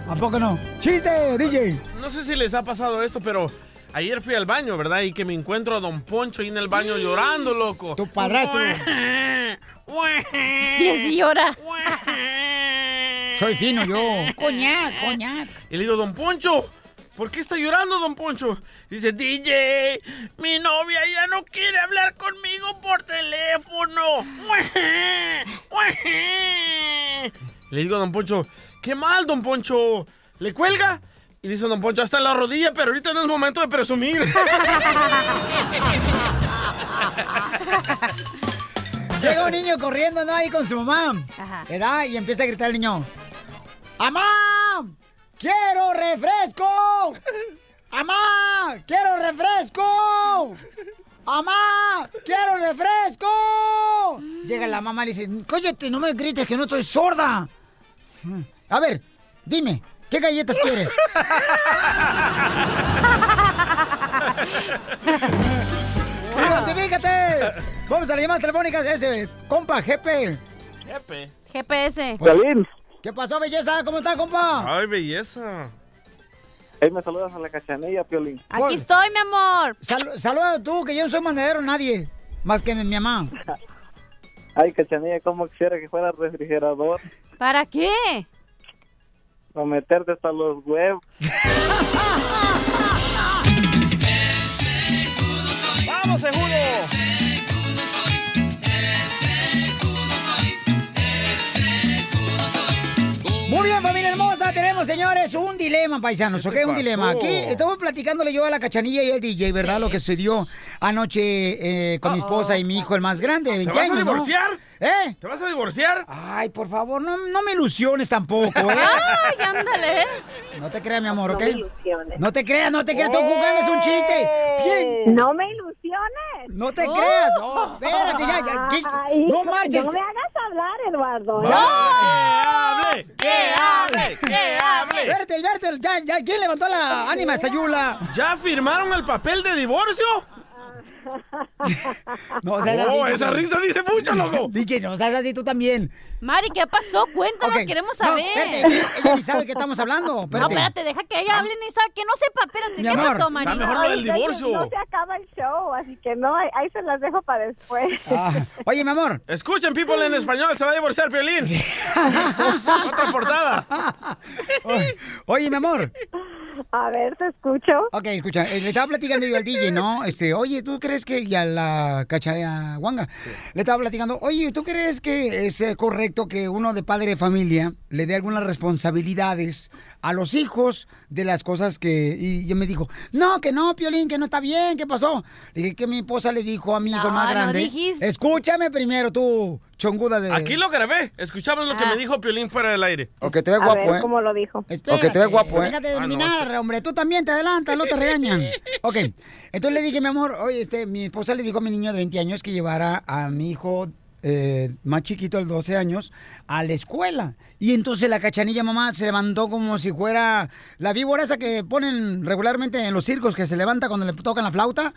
S1: ¿A poco no? Chiste, DJ.
S3: No sé si les ha pasado esto, pero ayer fui al baño, ¿verdad? Y que me encuentro a Don Poncho ahí en el baño llorando, loco.
S1: Tu padrastro.
S2: Y así llora.
S1: Soy fino yo. Coñac, coñac.
S3: Y le digo, Don Poncho, ¿por qué está llorando, Don Poncho? Dice, DJ, mi novia ya no quiere hablar conmigo por teléfono. Le digo a Don Poncho, qué mal, Don Poncho. ¿Le cuelga? Y dice Don Poncho, hasta la rodilla, pero ahorita no es momento de presumir.
S1: Llega un niño corriendo, ¿no? Ahí con su mamá. ¿Verdad? Y empieza a gritar el niño. ¡Amá! ¡Quiero refresco! ¡Amá! ¡Quiero refresco! ¡Amá! ¡Quiero refresco! Llega la mamá y le dice, cállate, no me grites que no estoy sorda. A ver, dime, ¿qué galletas quieres?
S2: Ah,
S1: ¡Identifícate! Vamos a las llamadas telefónicas ese, compa, jefe.
S2: GPS.
S8: Piolín.
S1: ¿Qué pasó, belleza? ¿Cómo está, compa?
S3: Ay, belleza.
S8: Ahí me saludas a la cachanilla, Piolín.
S2: Aquí estoy, mi amor.
S1: Pues, Sal- saluda tú, que yo no soy mandadero a nadie, más que mi, mi mamá.
S8: Ay, cachanilla, cómo quisiera que fuera refrigerador
S2: ¿Para qué?
S8: para meterte hasta los huevos.
S3: ¡Vamos, seguro!
S1: Muy bien, familia hermosa, tenemos, señores, un dilema, paisanos, ¿ok? Un
S12: pasó?
S1: dilema. Aquí estamos platicándole yo a la cachanilla y al DJ, ¿verdad? Lo que sucedió anoche eh, con mi esposa y mi hijo, el más grande, de 20
S3: vas a
S1: años, ¿no?
S3: divorciar?
S1: ¿Eh?
S3: ¿Te vas a divorciar?
S1: Ay, por favor, no, no me ilusiones tampoco, ¿eh?
S2: Ay, ándale.
S1: No te creas, mi amor,
S2: No
S1: ¿ok?
S2: me
S1: No te creas, no te creas, estoy jugando, es un chiste.
S3: Oh.
S1: Bien.
S14: No me ilusiones. Oh.
S1: No te creas, no, espérate, ya, ya, ¿qué? No marches.
S14: No me hagas hablar, Eduardo.
S3: ¡Que hable!
S1: ¡Que
S3: hable! ¡Que hable!
S1: Verte, verte, ya, ya, ¿quién levantó la ánima de Sayula?
S3: ¿Ya firmaron el papel de divorcio?
S1: No, o sea,
S3: Oh, esa risa dice mucho, loco.
S1: Dije, no, o sea, así tú también.
S2: Mari, ¿qué pasó? Cuéntanos,
S1: Ok.
S2: queremos
S1: No,
S2: saber.
S1: espérate, ella- ella ni sabe qué estamos hablando,
S2: No,
S1: espérate.
S2: espérate, deja que ella hable, ni sabe, que no sepa, espérate,
S1: Mi
S2: ¿qué
S1: amor,
S2: pasó, Mari?
S1: está mejor lo del divorcio.
S14: No se acaba el show, así que no, ahí, ahí se las dejo para después.
S1: Ah. oye, mi amor.
S3: Escuchen, people en español, se va a divorciar Piolín. Otra portada.
S1: Oye, mi amor.
S14: A ver, te escucho.
S1: Ok, escucha, eh, le estaba platicando yo al DJ, ¿no? Este, oye, ¿tú crees que, y a la cachahuanga, le estaba platicando, oye, ¿tú crees que es eh, correcto que uno de padre de familia le dé algunas responsabilidades a los hijos de las cosas que, y yo me dijo, no, que no, Piolín, que no está bien, ¿qué pasó? Le dije que mi esposa le dijo a mi hijo el más
S3: no
S1: grande,
S3: dijiste.
S1: escúchame primero tú, chonguda de...
S3: Aquí lo grabé. Escuchamos lo que me dijo Piolín fuera del aire.
S1: O que te ve A guapo, ver, ¿eh? ¿cómo
S14: lo dijo?
S3: O
S1: Espérate,
S3: que te ve guapo, ¿eh?
S1: Déjate de
S3: Ah, no,
S1: dominar, hombre. Tú también te adelantas, no te regañan. Ok. Entonces le dije, mi amor, oye, este, mi esposa le dijo a mi niño de 20 años que llevara a mi hijo eh, más chiquito, el 12 años, a la escuela. Y entonces la cachanilla mamá se levantó como si fuera la víbora esa que ponen regularmente en los circos que se levanta cuando le tocan la flauta.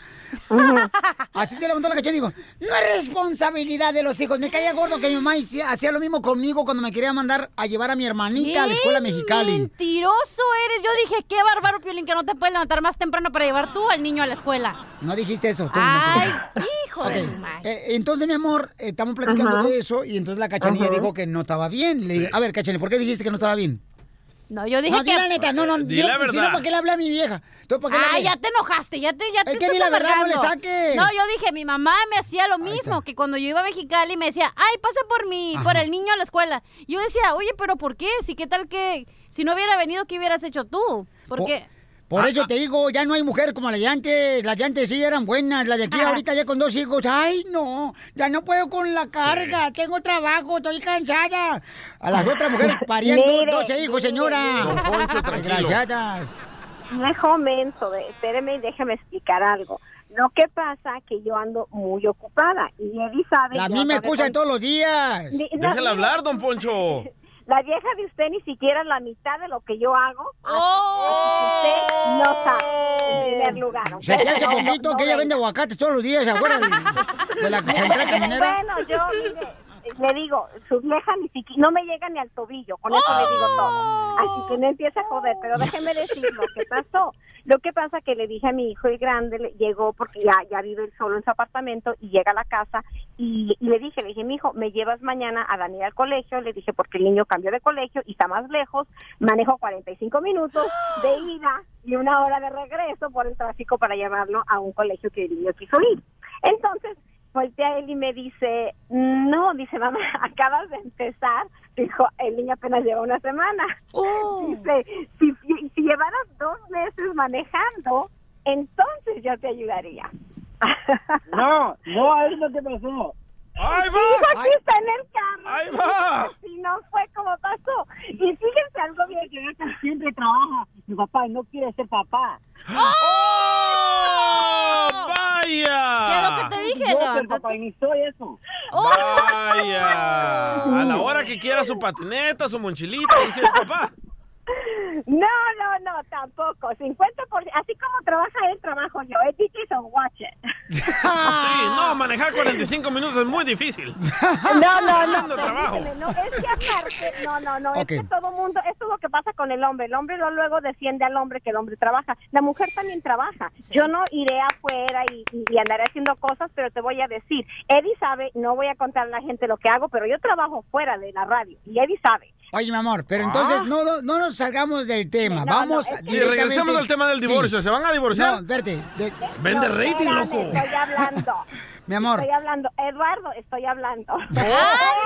S1: Así se levantó la cachanilla y dijo, no es responsabilidad de los hijos. Me caía gordo que mi mamá hici- hacía lo mismo conmigo cuando me quería mandar a llevar a mi hermanita a la
S2: ¡Qué
S1: escuela mexicali.
S2: Mentiroso eres. Yo dije, qué bárbaro, Piolín, que no te puedes levantar más temprano para llevar tú al niño a la escuela.
S1: No dijiste eso. tú,
S2: Ay,
S1: no te-
S2: hijo
S1: Ok,
S2: de tu madre.
S1: eh, entonces, mi amor, eh, estamos platicando
S2: Ajá.
S1: de eso y entonces la cachanilla
S2: Ajá.
S1: dijo que no estaba bien. Le dije, a ver, cachanilla, ¿por qué dijiste que no estaba bien?
S2: No, yo dije
S1: no,
S2: que...
S1: di la neta, no, no, di- si no, ¿para qué le habla a mi vieja? Entonces, ¿para qué le
S2: Ah,
S1: hablé?
S2: ya te enojaste, ya te, ya te
S1: Es que
S2: estás
S1: di la verdad, no le
S2: amargando.
S1: saques.
S2: No, yo dije, mi mamá me hacía lo mismo, que cuando yo iba a Mexicali me decía, ay, pasa por mí,
S1: Ajá.
S2: por el niño a la escuela. Yo decía, oye, pero ¿por qué? Si qué tal que, si no hubiera venido, ¿qué hubieras hecho tú? Porque...
S1: Por
S2: Ah,
S1: ello
S2: ah.
S1: te digo, ya no hay mujer como la de antes. Las de antes sí eran buenas. Las de
S14: Ah.
S1: aquí ahorita ya con dos hijos. Ay, no, ya no puedo con la carga. Tengo trabajo, estoy cansada. A las otras mujeres parían dos-
S14: Ah. Mire,
S1: 12 hijos, señora.
S14: mire. Don Poncho, tranquilo.
S1: Desgraciadas.
S14: No es momento, de- espéreme y déjeme explicar algo. Lo que pasa que yo ando muy ocupada y Eddie sabe...
S1: La
S14: que
S1: misma
S14: ando de-
S1: excusa de todos los días.
S14: Ni- no,
S3: Déjala hablar, don Poncho.
S14: La vieja de usted ni siquiera es la mitad de lo que yo hago. Así que usted no sabe, en primer lugar. ¿ok?
S1: Se te hace
S14: No, no,
S1: poquito
S14: no
S1: que ella
S14: venga.
S1: vende aguacates todos los días afuera de, de la central caminera.
S14: Bueno, yo mire, le digo, su vieja ni siquiera, no me llega ni al tobillo, con eso le digo
S1: ¡Oh!
S14: todo. Así que no empieza a joder, pero déjeme decir lo que pasó. Lo que pasa que le dije a mi hijo el grande, le- llegó porque ya, ya vive él solo en su apartamento y llega a la casa y, y le dije, le dije, mi hijo, me llevas mañana a Daniel al colegio, le dije porque el niño cambió de colegio y está más lejos, manejo 45 minutos de
S1: ¡Oh!
S14: ida y una hora de regreso por el tráfico para llevarlo a un colegio que el niño quiso ir. Entonces, voltea él y me dice, no, dice mamá, acabas de empezar. Dijo, el niño apenas lleva una semana. Dice, si, si- si llevaras dos meses manejando, entonces yo te ayudaría.
S6: No, no, es lo que pasó.
S3: ¡Ay,
S14: Dijo, aquí está en el carro.
S3: ¡Ahí va!
S14: Y no fue como pasó. Y fíjense algo bien que yo
S6: Siempre trabaja. Mi papá no quiere ser papá.
S3: ¡Oh!
S6: ¡Vaya!
S3: ¡Vaya!
S2: que te dije,
S6: yo,
S2: levántate.
S6: pero papá, ni soy eso.
S3: ¡Vaya! A la hora que quiera su patineta, su mochilita, dice el papá.
S14: No, no, no, tampoco. 50%, así como trabaja él, trabajo yo. eh, Es tickets on watch it.
S3: Sí, no, manejar 45 minutos es muy difícil.
S14: No, no, no.
S3: Dando trabajo.
S14: permíteme, no, es que aparte, no, no, no,
S3: Ok.
S14: es que todo mundo, esto es lo que pasa con el hombre, el hombre lo- luego defiende al hombre que el hombre trabaja, la mujer también trabaja, yo no iré afuera y, y- y andaré haciendo cosas, pero te voy a decir, Eddie sabe, no voy a contar a la gente lo que hago, pero yo trabajo fuera de la radio, y Eddie sabe.
S1: Oye, mi amor, pero entonces no, no, no nos salgamos del tema.
S14: No,
S1: Vamos
S14: no, es que-
S3: Y regresemos al tema del
S1: Sí.
S3: divorcio. ¿Se van a divorciar?
S1: No, espérate. de-
S3: Vende
S14: No,
S3: rating,
S14: espérame,
S3: loco.
S14: Estoy hablando.
S1: Mi amor.
S14: Estoy hablando, Eduardo, estoy hablando.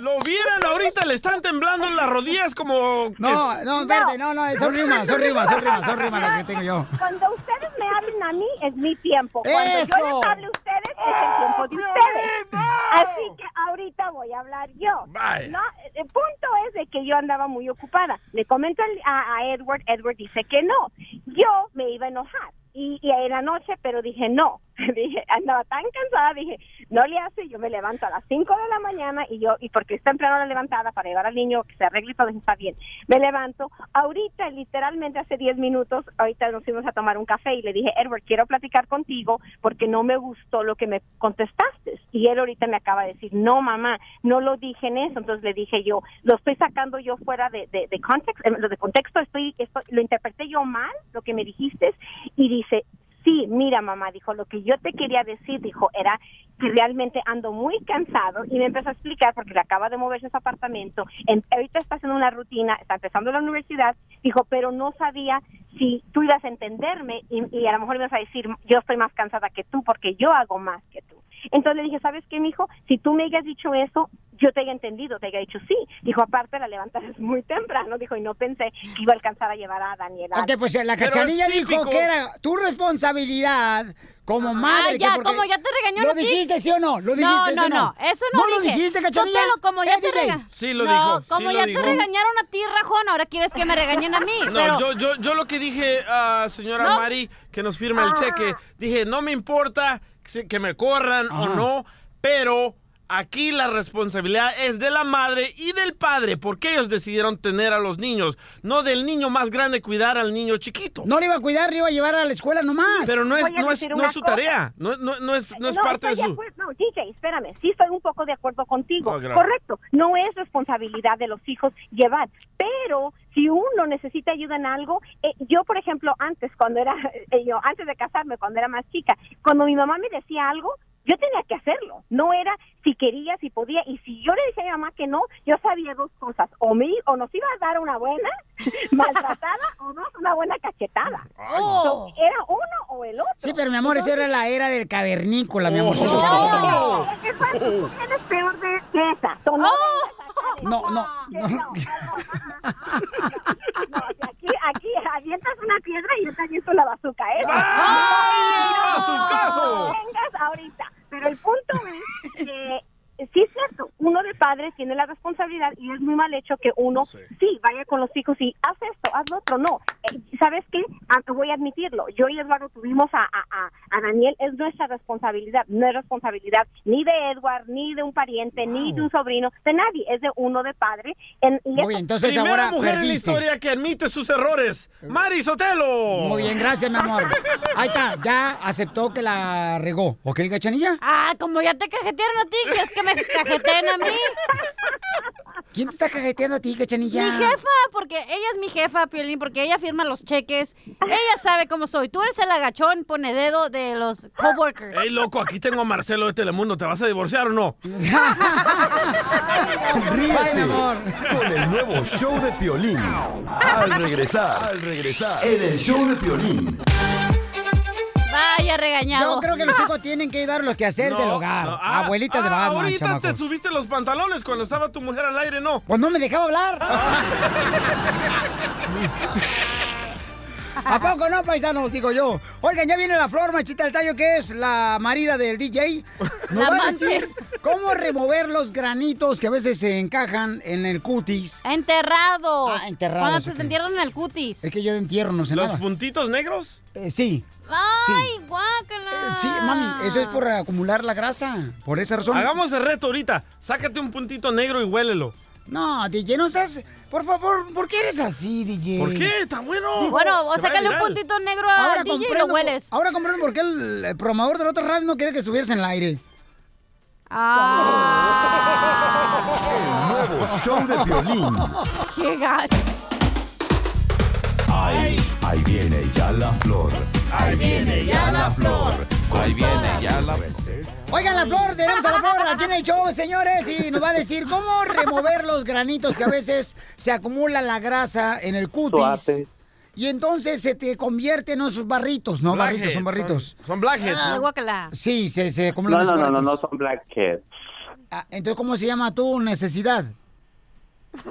S3: Lo vieran ahorita, le están temblando en las rodillas como...
S1: No, no, espérate, no, no, son rimas, son rimas, son rimas, son rimas las que tengo yo.
S14: Cuando ustedes me hablen a mí, es mi tiempo. Cuando yo
S1: ¡Eso!
S14: les hable a ustedes, es el tiempo de ustedes. Así que ahorita voy a hablar yo.
S7: Vaya.
S14: No, el punto es de que yo andaba muy ocupada. Le comento al- a, a Edward, Edward dice que no. Yo me iba a enojar y, y en la noche, pero dije no. dije, andaba tan cansada, dije, no le hace, yo me levanto a las 5 de la mañana y yo, y porque es temprano la levantada para llevar al niño que se arregle y todo, dije, está bien. Me levanto, ahorita, literalmente hace 10 minutos, ahorita nos fuimos a tomar un café y le dije, Edward, quiero platicar contigo porque no me gustó lo que me contestaste. Y él ahorita me acaba de decir, no, mamá, no lo dije en eso. Entonces le dije yo, lo estoy sacando yo fuera de, de, de context- eh, de contexto, estoy, estoy- lo interpreté yo mal, lo que me dijiste. Y dice, Sí, mira mamá, dijo, lo que yo te quería decir, dijo, era que realmente ando muy cansado y me empezó a explicar porque le acaba de moverse a su apartamento, en- ahorita está haciendo una rutina, está empezando la universidad, dijo, pero no sabía si tú ibas a entenderme y, y a lo mejor ibas a decir, yo estoy más cansada que tú porque yo hago más que tú. Entonces le dije, ¿sabes qué, mijo? Si tú me hayas dicho eso, yo te haya entendido, te haya dicho sí. Dijo, aparte la levantaste muy temprano, dijo, y no pensé que iba a alcanzar a llevar a Daniela.
S1: Ok, pues la cachanilla dijo que era tu responsabilidad como madre. que
S2: ya,
S1: porque-
S2: como ya te regañó
S1: ¿Lo
S2: Luquín.
S1: dijiste sí o no?
S2: No,
S1: ¿Lo dijiste sí
S2: no,
S1: o
S2: no, eso no
S1: ¿No lo
S2: dije.
S1: dijiste, cachanilla?
S2: Sotelo, como ya
S1: Eh,
S2: te
S1: DJ.
S2: rega-
S3: Sí lo
S2: No,
S3: dijo, sí
S2: como
S3: lo
S2: ya
S3: dijo.
S2: te regañaron a ti, Rajón, ahora quieres que me regañen a mí.
S3: No,
S2: pero...
S3: yo, yo, yo lo que dije a señora
S2: No.
S3: Mari, que nos firma el
S2: Ah.
S3: cheque, dije, no me importa que se- que me corran o
S9: Ajá.
S3: no, pero aquí la responsabilidad es de la madre y del padre, porque ellos decidieron tener a los niños, no del niño más grande cuidar al niño chiquito.
S1: No le iba a cuidar, le iba a llevar a la escuela nomás.
S3: Pero no es,
S14: Voy a
S3: no es,
S14: decir
S3: no
S14: una
S3: es su
S14: cosa.
S3: tarea, no, no- no es, no es parte de
S14: estoy
S3: su...
S14: acuerdo. No, DJ, espérame, sí estoy un poco de acuerdo contigo.
S3: Oh, gracias.
S14: Correcto, no es responsabilidad de los hijos llevar, pero si uno necesita ayuda en algo, eh, yo por ejemplo antes cuando era eh, yo antes de casarme, cuando era más chica, cuando mi mamá me decía algo, yo tenía que hacerlo. No era si quería, si podía y si yo le decía a mi mamá que no, yo sabía dos cosas, o me i- o nos iba a dar una buena maltratada o dos una buena cachetada.
S1: Oh.
S14: So, era uno o el otro.
S1: Sí, pero mi amor, eso era la era del cavernícola, mi amor.
S14: No. Eres peor de que
S2: Oh.
S14: esa. So, no
S1: No, no,
S14: vengas a- No, si aquí, aquí avientas una piedra y yo te aviento la bazooka. ¿eh?
S9: ¡Ay,
S14: No,
S9: bazucazo!
S14: vengas ahorita. Pero el punto es que sí es cierto, uno de padres tiene la responsabilidad y es muy mal hecho que uno sí, vaya con los hijos y haz esto, haz lo otro, no. Eh, ¿Sabes qué? Ah, Voy a admitirlo. Yo y Eduardo tuvimos a, a- a- a Daniel, es nuestra responsabilidad, no es responsabilidad ni de Edward, ni de un pariente, ni de un sobrino, de nadie, es de uno de padre. En, y eso-
S3: Primera mujer en la historia que admite sus errores, Mari Sotelo.
S1: Muy bien, gracias, mi amor. Ahí está, ya aceptó que la regó. ¿Ok, cachanilla?
S2: Ah, como ya te cajetearon a ti, ¿quieres que me cajeteen a mí?
S1: ¿Quién te está cajeteando a ti, cachanilla?
S2: Mi jefa, porque ella es mi jefa, Piolín, porque ella firma los cheques. Ella sabe cómo soy. Tú eres el agachón, pone dedo de los coworkers.
S3: Ey, loco, aquí tengo a Marcelo de Telemundo. ¿Te vas a divorciar o no?
S5: Ríete
S9: mi amor.
S5: con el nuevo show de Piolín. Al regresar, al regresar, en el show de Piolín.
S2: Vaya regañado.
S1: Yo creo que los hijos tienen que ayudar a los que hacer del
S3: No,
S1: hogar.
S3: no, ah,
S1: Abuelita de
S3: ah,
S1: Batman,
S3: Ahorita te
S1: chamacos.
S3: subiste los pantalones cuando estaba tu mujer al aire, no. Ah.
S1: Pues no me dejaba hablar. ¿A poco no, paisanos? Digo yo. Oigan, ya viene la flor machita del tallo, que es la marida del DJ. Nos
S2: La
S1: va a
S2: amante.
S1: decir cómo remover los granitos que a veces se encajan en el cutis.
S2: Enterrados.
S1: Ah, enterrados,
S2: Cuando te
S1: ok.
S2: entierran en el cutis.
S1: Es que yo de entierro no sé
S3: ¿Los
S1: nada.
S3: puntitos negros?
S1: Eh, sí. Eh,
S2: Ay, guácala.
S1: Sí, mami, eso es por acumular la grasa. Por esa razón.
S3: Hagamos el reto ahorita. Sácate un puntito negro y huélelo.
S1: No, DJ, no seas... Por favor, ¿por qué eres así, DJ?
S3: ¿Por qué? ¡Está bueno!
S2: Bueno, o
S1: Se va
S2: sácale un
S1: viral.
S2: puntito negro a DJ y lo
S1: comprendo-
S2: hueles.
S1: Ahora comprendo por qué el, el promotor de la otra radio no quiere que subieras en el aire.
S2: Ah.
S5: Nuevo show de Piolín.
S2: ¡Qué gacho!
S5: Ahí, ahí viene ya la flor. Ahí viene ya la flor. Ahí viene ya la flor.
S1: Oigan, la flor, tenemos a la flor aquí en el show, señores, y nos va a decir cómo remover los granitos que a veces se acumula la grasa en el cutis.
S12: Suave.
S1: Y entonces se te convierten en esos barritos, ¿no? barritos, son barritos.
S3: Son, son blackheads.
S1: Ah,
S3: ¿no?
S2: guácala.
S1: Sí, se, se acumulan
S12: No, no,
S1: esos
S12: no, no, no
S1: barritos.
S12: son blackheads.
S1: Ah, Entonces, ¿cómo se llama tu necesidad?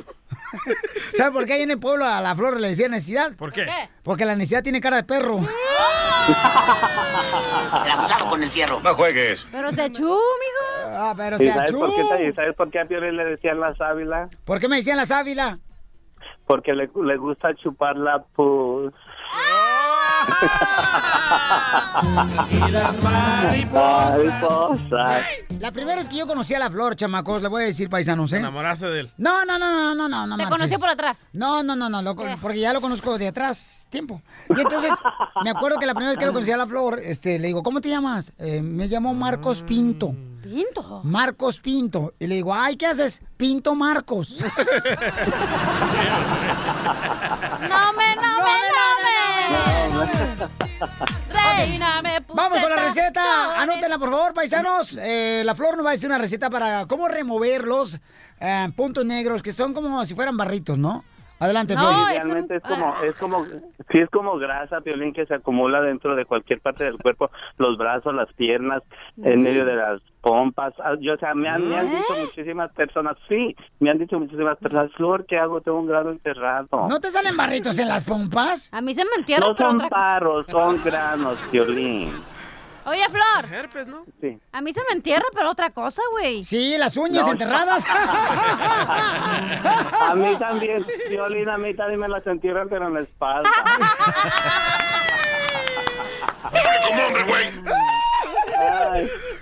S1: ¿Sabes por qué ahí en el pueblo a la flor le decía necesidad?
S3: ¿Por qué?
S1: Porque la necesidad tiene cara de perro.
S15: El abusado con el fierro. No juegues.
S2: Pero se achú, mijo.
S1: Ah, pero
S12: ¿Y
S1: se
S12: sabes,
S1: achú.
S12: por qué, y sabes por qué a Piolín le decían la sábila?
S1: ¿Por qué me decían la sábila?
S12: Porque le, le gusta chupar la pus.
S1: ¡Ah!
S9: Y las
S12: Mariposas.
S1: La primera es que yo conocí a la flor, chamacos, le voy a decir paisanos, ¿eh?
S3: Enamoraste de él.
S1: No, no, no, no, no, no, no.
S3: Te
S2: conoció
S1: por atrás. No, no, no, no, lo con-
S2: Yes.
S1: porque ya lo conozco de atrás tiempo. Y entonces, me acuerdo que la primera vez que lo conocí a la flor, este, le digo, ¿cómo te llamas? Eh, me llamo Marcos
S3: Mm.
S1: Pinto.
S2: ¿Pinto?
S1: Marcos Pinto. Y le digo, ay, ¿qué haces? Pinto Marcos.
S2: No me, no, me, no, me. Reina me puse.
S1: Vamos con la receta.
S2: tacones.
S1: Anótenla, por favor, paisanos. Eh, la flor nos va a decir una receta para cómo remover los eh, puntos negros, que son como si fueran barritos, ¿no? Adelante,
S12: Sí,
S1: Flor.
S12: realmente es, como, es como, sí es como grasa, Piolín, que se acumula dentro de cualquier parte del cuerpo, los brazos, las piernas, en
S9: Mm.
S12: medio de las pompas. Ah, Yo, o sea, me han, me han
S9: ¿Eh?
S12: dicho muchísimas personas, sí, me han dicho muchísimas personas, Flor, ¿qué hago? Tengo un grano enterrado.
S1: ¿No te salen barritos en las pompas?
S2: A mí se me entierran
S12: No
S2: por
S12: son
S2: otra cosa.
S12: paros, son granos, Piolín.
S2: Oye, Flor.
S12: Sí.
S2: A mí se me entierra, pero otra cosa, güey.
S1: Sí, las uñas
S12: No.
S1: enterradas.
S12: A mí también, Piolín, a mí también me las entierran, pero en la espalda.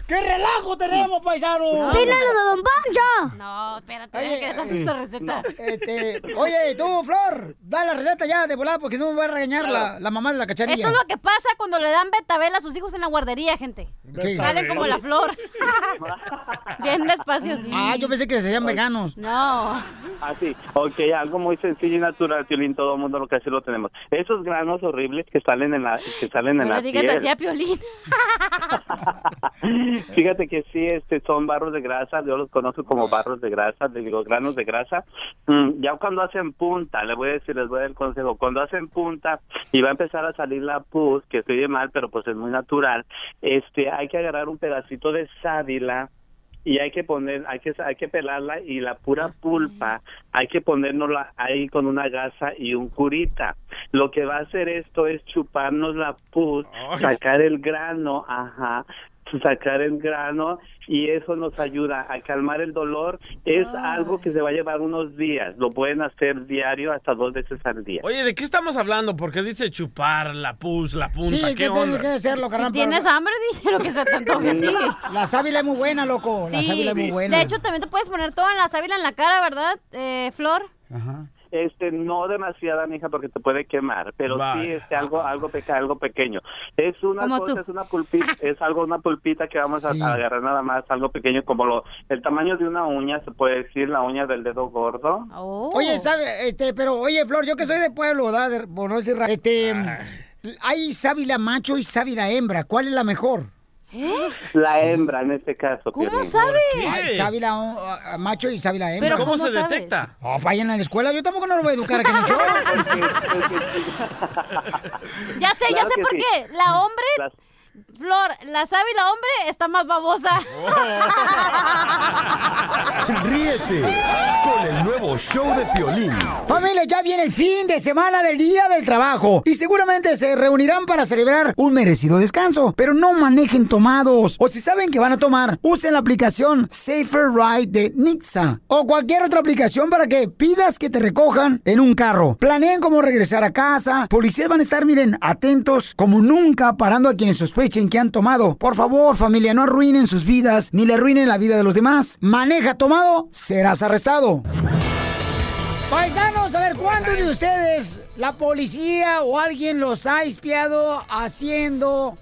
S1: ¡Qué relajo tenemos, paisano!
S9: ¡Pílalo
S1: de Don Pancho!
S2: No, espérate,
S1: Oye,
S2: que dar la receta.
S1: Eh, Este, oye, tú, Flor, da la receta ya de volada porque no me va a regañar la, la mamá de la cacharilla.
S2: Esto es lo que pasa cuando le dan betabel a sus hijos en la guardería, gente.
S1: ¿Qué?
S2: Salen como la flor. Bien despacio.
S1: Ah, yo pensé que se hacían veganos.
S2: No.
S12: Así, Ah, ok, algo muy sencillo y natural, Piolín, todo el mundo lo que hace lo tenemos. Esos granos horribles que salen en la, que salen en
S2: No
S12: la
S2: le digas
S12: piel.
S2: así a Piolín.
S12: Fíjate que sí, este, son barros de grasa, yo los conozco como barros de grasa, le digo granos de grasa. Mm, ya cuando hacen punta, le voy a decir, les voy a dar el consejo, cuando hacen punta y va a empezar a salir la pus, que estoy de mal, pero pues es muy natural, este, hay que agarrar un pedacito de sábila y hay que poner, hay que, hay que pelarla y la pura pulpa hay que ponernosla ahí con una gasa y un curita. Lo que va a hacer esto es chuparnos la pus, sacar el grano, ajá, sacar el grano y eso nos ayuda a calmar el dolor. Es algo que se va a llevar unos días, lo pueden hacer diario hasta dos veces al día.
S3: Oye, ¿de qué estamos hablando? Porque dice chupar, la pus, la punta. ¿qué onda?
S1: hacerlo,
S2: Si tienes hambre, dije lo que se te antoje a ti.
S1: La sábila es muy buena, loco. La
S2: Sí.
S1: sábila es muy buena.
S2: De hecho, también te puedes poner toda la sábila en la cara, ¿verdad, eh, Flor?
S12: Este, no demasiada, mija, porque te puede quemar, pero sí
S3: Vale.
S12: este, algo, algo, peca, algo pequeño. Es una
S3: Como
S12: cosa,
S3: tú.
S12: es una pulpita, es algo, una pulpita que vamos a-
S3: Sí.
S12: a, agarrar nada más, algo pequeño, como lo, el tamaño de una uña, se puede decir, la uña del dedo gordo.
S3: Oh.
S2: oh.
S1: Oye, ¿sabe? Este, pero, oye, Flor, yo que soy de pueblo, ¿verdad? De- por no decir ra- Este,
S12: Ah.
S1: hay sábila macho y sábila hembra. ¿Cuál es la mejor?
S12: La hembra, en este caso. Piolín.
S1: Hay sábila oh, ah, macho y sábila hembra.
S12: ¿Pero cómo ¿Cómo se sabes? detecta?
S1: Oh, vayan a la escuela. Yo tampoco no lo voy a educar aquí en el show.
S2: Ya sé, ya
S1: pues Claro
S2: sé
S1: que
S2: por
S1: sí.
S2: qué. La hombre, Flor, la sábila hombre está más babosa.
S5: Ríete con el nuevo show de Piolín.
S1: Familia, ya viene el fin de semana del Día del Trabajo y seguramente se reunirán para celebrar un merecido descanso, pero no manejen tomados o si saben que van a tomar, usen la aplicación Safer Ride de Nixa o cualquier otra aplicación para que pidas que te recojan en un carro. Planeen cómo regresar a casa, policías van a estar, miren, atentos como nunca parando a quienes sospechen que han tomado. Por favor, familia, no arruinen sus vidas ni le arruinen la vida de los demás. Maneja tomado, serás arrestado. Paisanos, a ver, ¿cuántos de ustedes la policía o alguien los ha espiado haciendo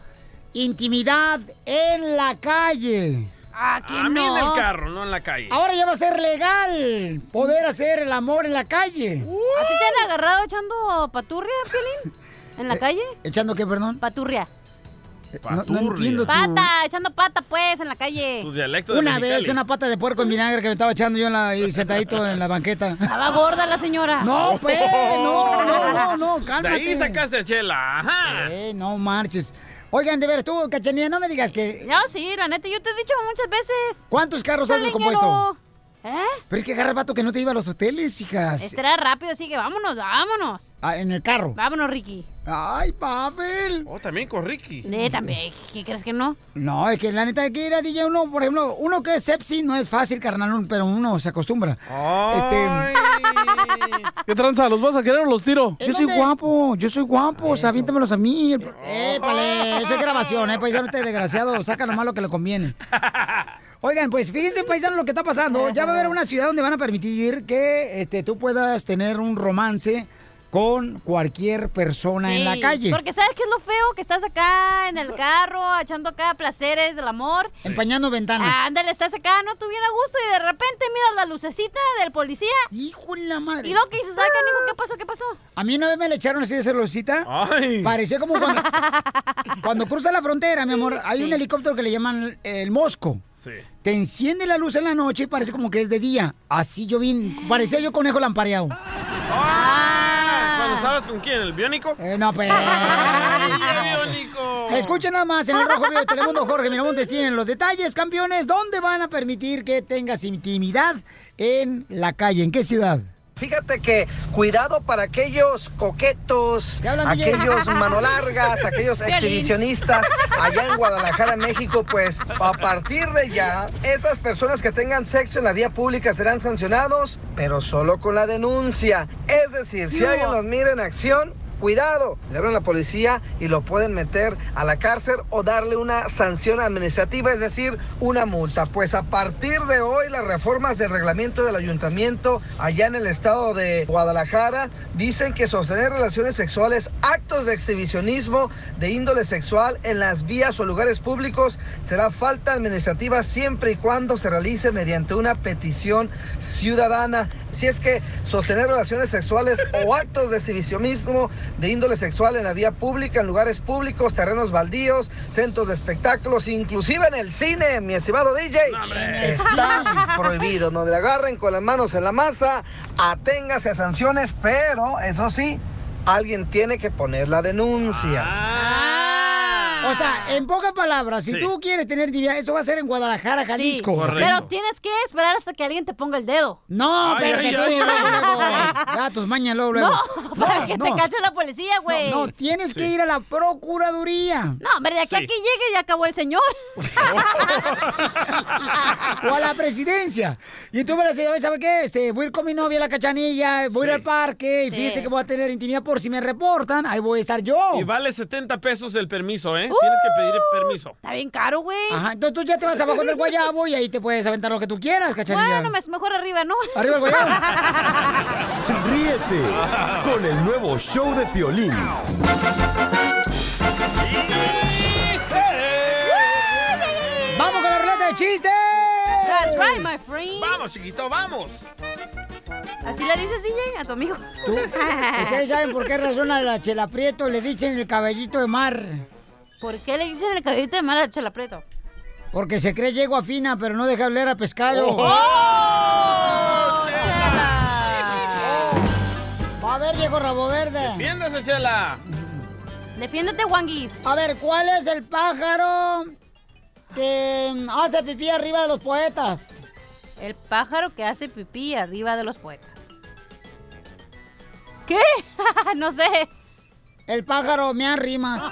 S1: intimidad en la calle?
S3: A mí en el carro, no en la calle.
S1: Ahora ya va a ser legal poder hacer el amor en la calle.
S2: ¿A ti te han agarrado echando paturria, Piolín? ¿En la calle?
S1: ¿Echando qué, perdón?
S2: Paturria.
S1: Eh, No, no entiendo tu-
S2: Pata, echando pata, pues, en la calle.
S1: Una vez una pata de puerco en vinagre que me estaba echando yo en la, y sentadito en la banqueta.
S2: Estaba gorda la señora.
S1: No, pues, no, no, no, no,
S3: De
S1: cálmate.
S3: ahí sacaste a Chela, ajá.
S1: Eh, no marches. Oigan, de veras, tú, Cachanilla, no me digas que...
S2: No, sí, la neta, yo te he dicho muchas veces.
S1: ¿Cuántos carros has
S2: Salen
S1: descompuesto?
S2: lleno. ¿Eh?
S1: Pero es que agarra el vato que no te iba a los hoteles, hijas.
S2: Este era rápido, así que vámonos, vámonos.
S1: Ah, en el carro.
S2: Vámonos, Ricky.
S1: Ay, papel.
S3: Oh, también con Ricky.
S2: Eh, también, ¿qué crees que no?
S1: No, es que la neta que era DJ uno, por ejemplo, uno que es sepsi no es fácil, carnal, un- pero uno se acostumbra. Este,
S16: ¿Qué tranza? ¿Los vas a querer o los tiro?
S1: yo soy guapo, yo soy guapo, o sea, aviéntamelos a mí. Épale, esa es grabación, eh, paisano, este desgraciado, saca lo malo que le conviene. Oigan, pues fíjense, paisano, lo que está pasando. Ya va a haber una ciudad donde van a permitir que este, tú puedas tener un romance con cualquier persona en la
S2: Sí,
S1: calle.
S2: Porque sabes que es lo feo que estás acá en el carro, echando acá placeres del amor.
S1: Empañando ventanas.
S2: Ándale, estás acá, no tú bien a gusto y de repente miras la lucecita del policía.
S1: Hijo de la madre.
S2: Y lo que dices, ay, canijo, ¿qué pasó? ¿Qué pasó?
S1: A mí una vez me le echaron así de celosita. Parecía como cuando, cuando cruza la frontera, mi amor. Hay un helicóptero que le llaman el Mosco.
S9: Sí.
S1: Te enciende la luz en la noche y parece como que es de día. Así yo bien, parecía yo conejo lampareado.
S3: Ah,
S1: Ah.
S3: ¿Cuando estabas con quién? ¿El biónico?
S1: no, pues.
S3: biónico!
S1: Escuchen nada más en el Rojo Vivo de Telemundo, Jorge Miramontes tienen los detalles, campeones. ¿Dónde van a permitir que tengas intimidad en la calle? ¿En qué ciudad?
S4: Fíjate que cuidado para aquellos coquetos,
S1: hablan, DJ?
S4: aquellos mano largas, aquellos
S1: Violín.
S4: exhibicionistas allá en Guadalajara, México, pues a partir de ya, esas personas que tengan sexo en la vía pública serán sancionados, pero solo con la denuncia. Es decir, si
S6: Yo.
S4: alguien los mira en acción, cuidado, le hablan a la policía y lo pueden meter a la cárcel o darle una sanción administrativa, es decir, una multa. Pues a partir de hoy las reformas del reglamento del ayuntamiento allá en el estado de Guadalajara dicen que sostener relaciones sexuales, actos de exhibicionismo de índole sexual en las vías o lugares públicos será falta administrativa siempre y cuando se realice mediante una petición ciudadana. Si es que sostener relaciones sexuales o actos de exhibicionismo de índole sexual en la vía pública, en lugares públicos, terrenos baldíos, centros de espectáculos, inclusive en el cine, mi estimado DJ, está prohibido. No le agarren con las manos en la masa, aténgase a sanciones, pero eso sí, alguien tiene que poner la denuncia.
S1: O sea, en pocas palabras, Ah, si
S4: Sí.
S1: tú quieres tener intimidad, eso va a ser en Guadalajara, Jalisco.
S2: Sí, pero tienes que esperar hasta que alguien te ponga el dedo.
S1: No, Ay, espérate ay, tú, ay, luego, ay. luego. Ya, tus mañas, luego, luego.
S2: No, para
S1: No,
S2: que
S1: no.
S2: te cache la policía, güey.
S1: No, no, tienes que ir a la procuraduría.
S2: No, hombre, de aquí a
S1: Sí.
S2: que llegue ya acabó el señor.
S1: o a la presidencia. Y tú me la señora, ¿sabe qué? Este, voy a ir con mi novia a la cachanilla, voy a ir al parque y
S3: Sí.
S1: fíjese que voy a tener intimidad por si me reportan, ahí voy a estar yo.
S2: Oh.
S3: Y vale 70 pesos el permiso, ¿eh? Tienes que pedir permiso.
S2: Uh. Está bien caro, güey.
S1: Ajá, entonces tú ya te vas abajo del guayabo y ahí te puedes aventar lo que tú quieras, cachanilla.
S2: Bueno, mes- mejor arriba, ¿no?
S1: Arriba el guayabo.
S5: Ríete con el nuevo show de Piolín.
S17: ¡Eh!
S1: ¡Vamos con la ruleta de chistes!
S2: That's right, my friend. Eh.
S3: Vamos, chiquito, vamos.
S2: ¿Así le dices, DJ, a tu amigo?
S1: ¿Tú? Ustedes saben por qué razón a la Chela Prieto le dicen el cabellito de mar.
S2: ¿Por qué le dicen el cabellito de mar a Chela Prieto?
S1: Porque se cree yegua fina, pero no deja hablar a pescado.
S2: Oh.
S1: Va a ver, viejo rabo verde.
S3: Defiéndase, Chela.
S2: Defiéndete, Wanguis.
S1: A ver, ¿cuál es el pájaro que mm, hace pipí arriba de los poetas?
S2: El pájaro que hace pipí arriba de los poetas. ¿Qué? no sé.
S1: El pájaro me arrimas.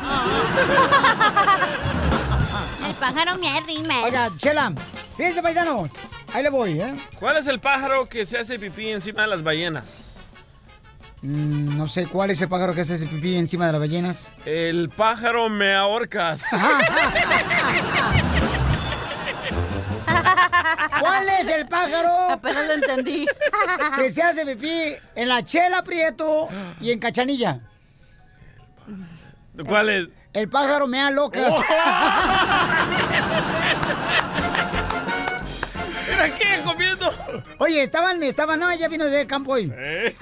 S2: El pájaro me arrima.
S1: Oiga, Chela, fíjense, paisano. Ahí le voy, ¿eh?
S3: ¿Cuál es el pájaro que se hace pipí encima de las ballenas?
S1: Mm, no sé cuál es el pájaro que hace ese pipí encima de las ballenas.
S3: El pájaro me ahorcas.
S1: ¿Cuál es el pájaro?
S2: Apenas lo entendí.
S1: Que se hace pipí en la chela prieto y en cachanilla.
S3: ¿Cuál es?
S1: El pájaro me da locas.
S3: Oh. ¿Era qué comiendo?
S1: Oye, estaban, estaban, no, ya vino de campo hoy.
S2: hoy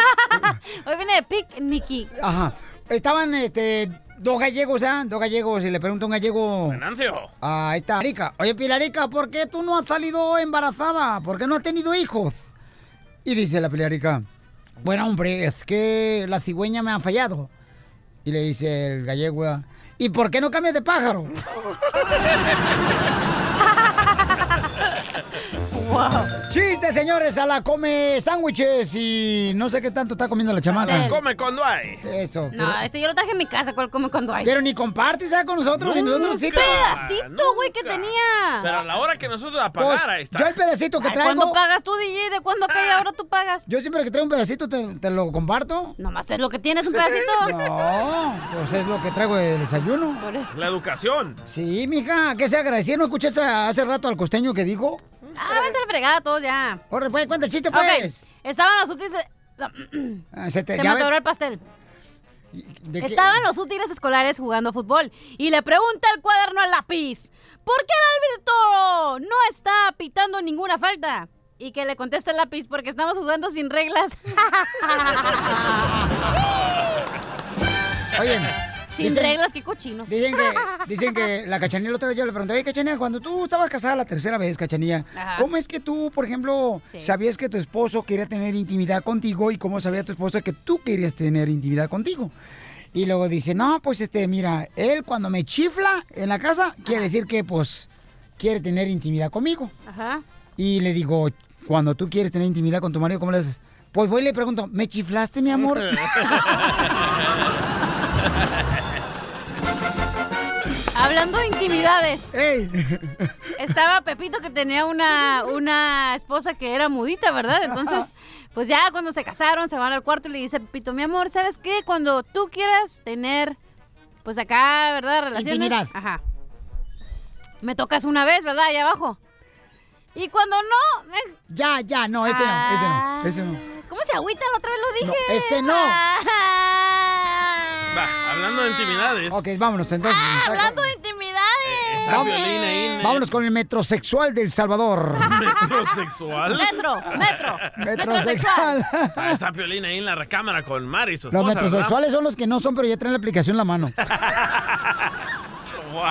S2: viene de picnic.
S1: Ajá. Estaban, este, dos gallegos, ¿ah? Dos gallegos, y le pregunta un gallego.
S3: Nancio.
S1: Ah, ahí está. Pilarica. Oye, Pilarica, ¿por qué tú no has salido embarazada? ¿Por qué no has tenido hijos? Y dice la Pilarica, bueno, hombre, es que la cigüeña me ha fallado. Y le dice el gallego, ¿y por qué no cambias de pájaro? Chiste, señores, a la come sándwiches y no sé qué tanto está comiendo la chamaca.
S2: Pastel.
S3: Come cuando hay.
S1: Eso.
S2: No, eso yo lo traje en mi casa, ¿cuál come cuando hay?
S1: Pero ni compartes, ¿sabes? Con nosotros y nosotros sí
S2: Un
S1: te-
S2: pedacito, güey, que tenía.
S3: Pero a la hora que nosotros
S1: Pues,
S3: apagara, ahí está.
S1: yo el pedacito que
S2: Ay,
S1: traigo.
S2: ¿Cuándo pagas tú, DJ? ¿De cuándo
S3: Ah.
S2: aquella hora tú pagas?
S1: Yo siempre que traigo un pedacito te, te lo comparto.
S2: Nomás es Este, lo que tienes, un pedacito.
S1: No, pues es lo que traigo de desayuno.
S3: La educación.
S1: Sí, mija, que se agradecía. ¿No escuchaste hace rato al costeño que dijo?
S2: Ah, ves a la fregada todos ya.
S1: Corre, pues, cuenta el chiste,
S2: Ok,
S1: pues.
S2: Estaban los útiles...
S1: Ah, Se, te-
S2: Se
S1: ya
S2: me
S1: ve-
S2: atoró el pastel.
S1: ¿de qué?
S2: Estaban los útiles escolares jugando fútbol y le pregunta el cuaderno al lápiz, ¿por qué el árbitro no está pitando ninguna falta? Y que le contesta el lápiz, porque estamos jugando sin reglas.
S1: Oye.
S2: sin reglas, qué cochinos.
S1: Dicen que, dicen que la cachanilla la otra vez yo le pregunté, oye, cachanilla, cuando tú estabas casada la tercera vez, cachanilla,
S2: Ajá.
S1: ¿cómo es que tú, por ejemplo,
S2: Sí.
S1: sabías que tu esposo quería tener intimidad contigo y cómo sabía tu esposo que tú querías tener intimidad contigo? Y luego dice, no, pues este, mira, él cuando me chifla en la casa, quiere decir que, pues, quiere tener intimidad conmigo.
S2: Ajá.
S1: Y le digo, cuando tú quieres tener intimidad con tu marido, ¿cómo le haces? Pues voy y le pregunto, ¿me chiflaste, mi amor?
S2: Hablando de intimidades.
S1: ¡Ey!
S2: Estaba Pepito que tenía una, una esposa que era mudita, ¿verdad? Entonces, pues ya cuando se casaron, se van al cuarto y le dice Pepito, mi amor, ¿sabes qué? Cuando tú quieras tener, pues acá, ¿verdad? Relaciones.
S7: Intimidad.
S2: Ajá. Me tocas una vez, ¿verdad? Allá abajo. Y cuando no... eh. Ah,
S1: Ya, ya, no, ese no, ese no, ese no.
S2: ¿Cómo se agüita? La otra vez lo
S1: No,
S2: dije. "Ah".
S1: ese no.
S3: Va, hablando de intimidades.
S1: Ok, vámonos entonces.
S2: Hablando de Ah, intimidades.
S3: Está Piolín ahí en el-
S1: Vámonos con el metrosexual del Salvador.
S3: ¿Metrosexual?
S2: Metro, metro.
S1: Metrosexual.
S3: Ah, está Piolín ahí en la recámara con Mari, su
S1: Los
S3: esposa, ¿verdad?
S1: metrosexuales son los que no son, pero ya traen la aplicación en la mano.
S2: ¿Eh?
S3: Wow.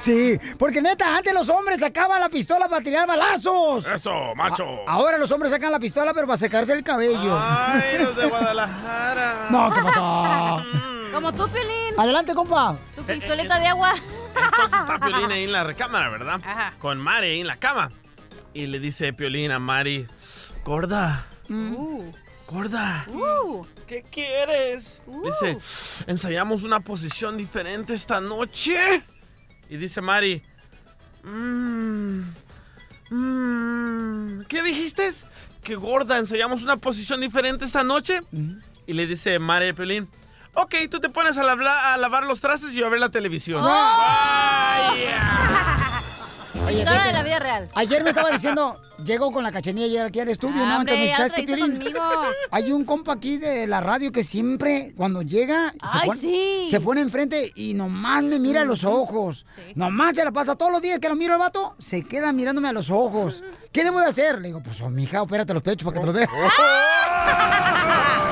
S1: Sí, porque neta, antes los hombres sacaban la pistola para tirar balazos.
S3: Eso, macho.
S1: A- ahora los hombres sacan la pistola, pero para secarse el cabello.
S3: Ay, los de Guadalajara.
S1: No, ¿qué pasó?
S2: Como tú, Piolín.
S1: Adelante, compa.
S3: Eh,
S2: Tu pistoleta de agua.
S3: Está Piolín ahí en la recámara, ¿verdad?
S2: Ajá.
S3: Con Mari ahí en la cama. Y le dice Piolín a Mari, gorda,
S2: Uh.
S3: gorda.
S2: Uh.
S3: ¿Qué quieres? Dice,
S1: Uh.
S3: ¿ensayamos una posición diferente esta noche? Y dice Mari, "Mm, mm, ¿qué dijiste? Que gorda, ¿ensayamos una posición diferente esta noche? Y le dice Mari a Piolín, ok, tú te pones a, labla- a lavar los trastes y yo a ver la televisión.
S1: Ah, Oye,
S2: Historia de
S1: fíjate.
S2: la vida real.
S1: Ayer me estaba diciendo, llegó con la cachanilla ayer aquí al estudio,
S2: Ah,
S1: ¿no?
S2: hombre,
S1: Entonces me dice,
S2: ya
S1: ¿sabes
S2: lo
S1: qué,
S2: traíste
S1: Piolín?
S2: conmigo.
S1: Hay un compa aquí de la radio que siempre, cuando llega,
S2: Ay, sí.
S1: se pone enfrente y nomás me mira a los ojos. Nomás se la pasa todos los días que lo miro al vato, se queda mirándome a los ojos. ¿Qué debo de hacer? Le digo, pues, oh, mija, opérate los pechos para que te los vea.
S2: Ah.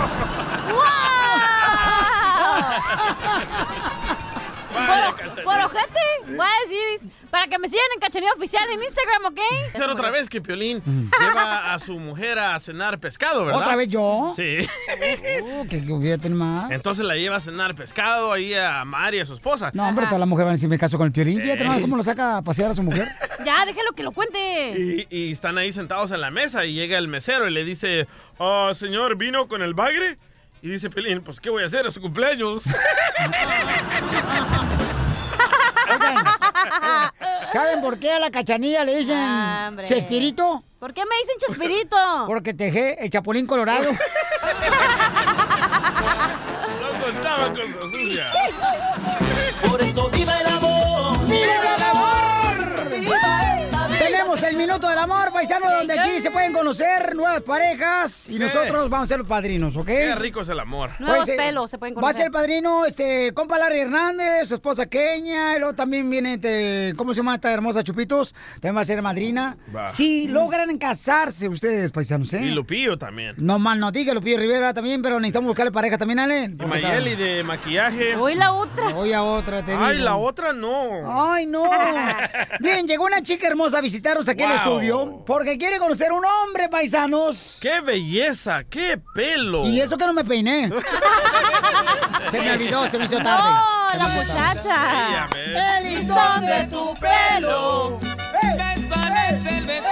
S2: Por, por ojete, voy a decir, para que me sigan en Cachanilla Oficial en Instagram, ¿ok?
S3: Hacer otra vez que Piolín lleva a su mujer a cenar pescado, ¿verdad?
S1: Mm. ¿Otra vez yo?
S3: Sí.
S1: Oh, que que voy a tener más.
S3: Entonces la lleva a cenar pescado ahí a Mari, a su esposa.
S1: No, hombre, toda la mujer van a decir, me caso con el piolín. Fíjate, nomás
S3: Ey.
S1: ¿cómo lo saca a pasear a su mujer?
S2: Ya, déjalo que lo cuente.
S3: Y, y están ahí sentados en la mesa y llega el mesero y le dice, "Ah, señor, ¿vino con el bagre? Y dice Piolín, pues, ¿qué voy a hacer? Es su cumpleaños.
S1: ¿Saben por qué a la cachanilla le dicen
S2: Ah, hombre.
S1: Chespirito?
S2: ¿Por qué me dicen Chespirito?
S1: Porque te dejé el chapulín colorado.
S3: No contaba con su sucia.
S9: Por eso viva el amor.
S1: ¡Viva el amor! Tenemos el minuto del amor, paisano, donde aquí se pueden conocer nuevas parejas y
S3: Sí.
S1: nosotros vamos a ser los padrinos, ¿ok?
S3: Qué rico es el amor.
S2: Nuevos
S1: eh,
S2: pelos se pueden
S1: Va a
S2: conocer.
S1: ser el padrino, este, compa Larry Hernández, su esposa Kenia, y luego también viene, este, ¿cómo se llama esta hermosa Chupitos? También va a ser madrina.
S3: Va.
S1: Si logran casarse ustedes, paisanos, ¿eh?
S3: Y Lupillo también.
S1: No mal no diga, Lupillo Rivera también, pero necesitamos buscarle pareja también, Ale.
S3: Y Mayeli de maquillaje.
S2: Hoy la otra.
S1: Hoy a otra, te digo.
S3: Ay, la otra no.
S1: Ay, no. Miren, llegó una chica hermosa a visitarnos aquí al
S3: Wow.
S1: estudio porque quiere conocer un hombre, paisanos.
S3: ¡Qué belleza! ¡Qué pelo!
S1: Y eso que no me peiné. se me olvidó, se me hizo tarde.
S2: No,
S1: Se me
S2: la
S1: hizo tarde.
S2: muchacha.
S1: El
S9: son de tu pelo.
S1: ¡Ey!
S9: Desvanece el vestido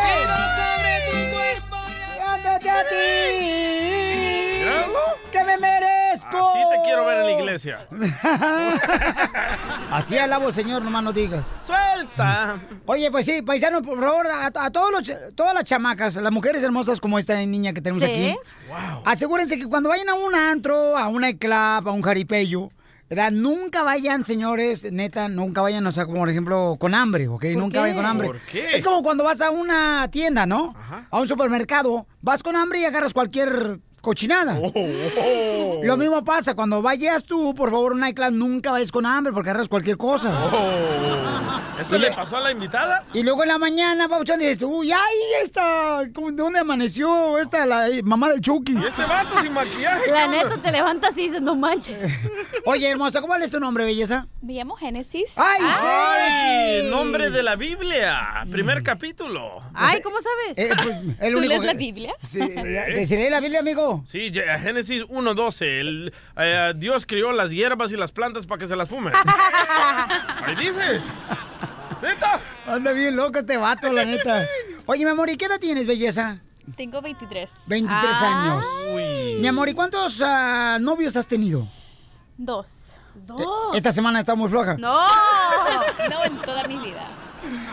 S3: quiero ver en la iglesia.
S1: Así alabo al Señor, nomás no digas.
S3: ¡Suelta!
S1: Oye, pues sí, paisano, por favor, a, a todos los, ch- todas las chamacas, las mujeres hermosas como esta niña que tenemos
S2: Sí.
S1: aquí, asegúrense que cuando vayan a un antro, a una club, a un jaripeyo, ¿verdad? nunca vayan, señores, neta, nunca vayan, o sea, como por ejemplo, con hambre, ¿ok?
S17: ¿Por
S1: Nunca
S17: qué?
S1: vayan con hambre.
S17: ¿Por qué?
S1: Es como cuando vas a una tienda, ¿no? A un supermercado, vas con hambre y agarras cualquier cochinada.
S17: oh.
S1: Lo mismo pasa, cuando vayas tú, por favor, a un nightclub, nunca vayas con hambre porque agarras cualquier cosa.
S3: Oh, ¿Eso le pasó a la invitada?
S1: Y luego en la mañana, Pabuchón, dices, uy, ay, esta, ¿cómo- ¿de dónde amaneció esta, la eh, mamá del Chucky? Y
S3: este vato sin maquillaje.
S2: La neta, te levantas y dices, no manches.
S1: Oye, hermosa, ¿cuál es tu nombre, belleza?
S2: Me llamo Génesis.
S1: ¡Ay!
S18: Ah,
S3: ¡Ay! Nombre de la Biblia. Primer capítulo.
S2: Ay, ¿cómo sabes?
S1: Eh, pues, el único que- Sí, ¿Te se lee Eh, la Biblia, amigo?
S3: Sí, Ye- Génesis 1.12. el, eh, Dios crió las hierbas y las plantas para que se las fumen. Ahí dice. ¡Neta!
S1: Anda bien loco este vato, la neta. Oye, mi amor, ¿y qué edad tienes, belleza?
S18: Tengo 23.
S1: 23 Ah. años. Mi amor, ¿y cuántos ah, novios has tenido?
S18: Dos.
S1: Eh,
S2: Oh.
S1: Esta semana está muy floja.
S18: No. No en toda mi vida.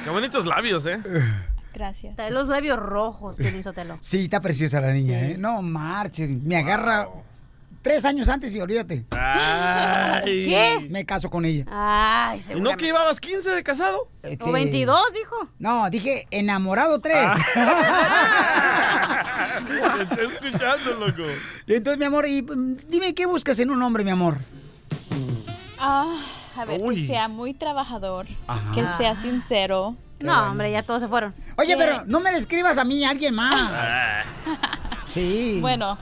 S3: Qué bonitos labios, ¿eh?
S18: Gracias.
S2: Trae los labios rojos, Pelizotelo.
S1: Sí, está preciosa la niña, ¿eh? No marches, me agarra tres años antes y olvídate.
S3: Ay.
S1: ¿Qué? Me caso con ella.
S2: Ay,
S3: ¿Y no que llevabas 15 de casado?
S1: Este-
S2: dijo?
S1: No, dije enamorado tres.
S3: Ah. Te estoy escuchando, loco.
S1: Entonces, mi amor, y mm, dime qué buscas en un hombre, mi amor.
S18: Ah, a ver,
S1: Uy.
S18: que sea muy trabajador,
S1: Ajá.
S18: que sea sincero.
S1: No, hombre,
S2: ya todos se fueron. Eh,
S1: Oye, pero no me describas a mí, a alguien más.
S3: Ah.
S1: Sí.
S18: Bueno,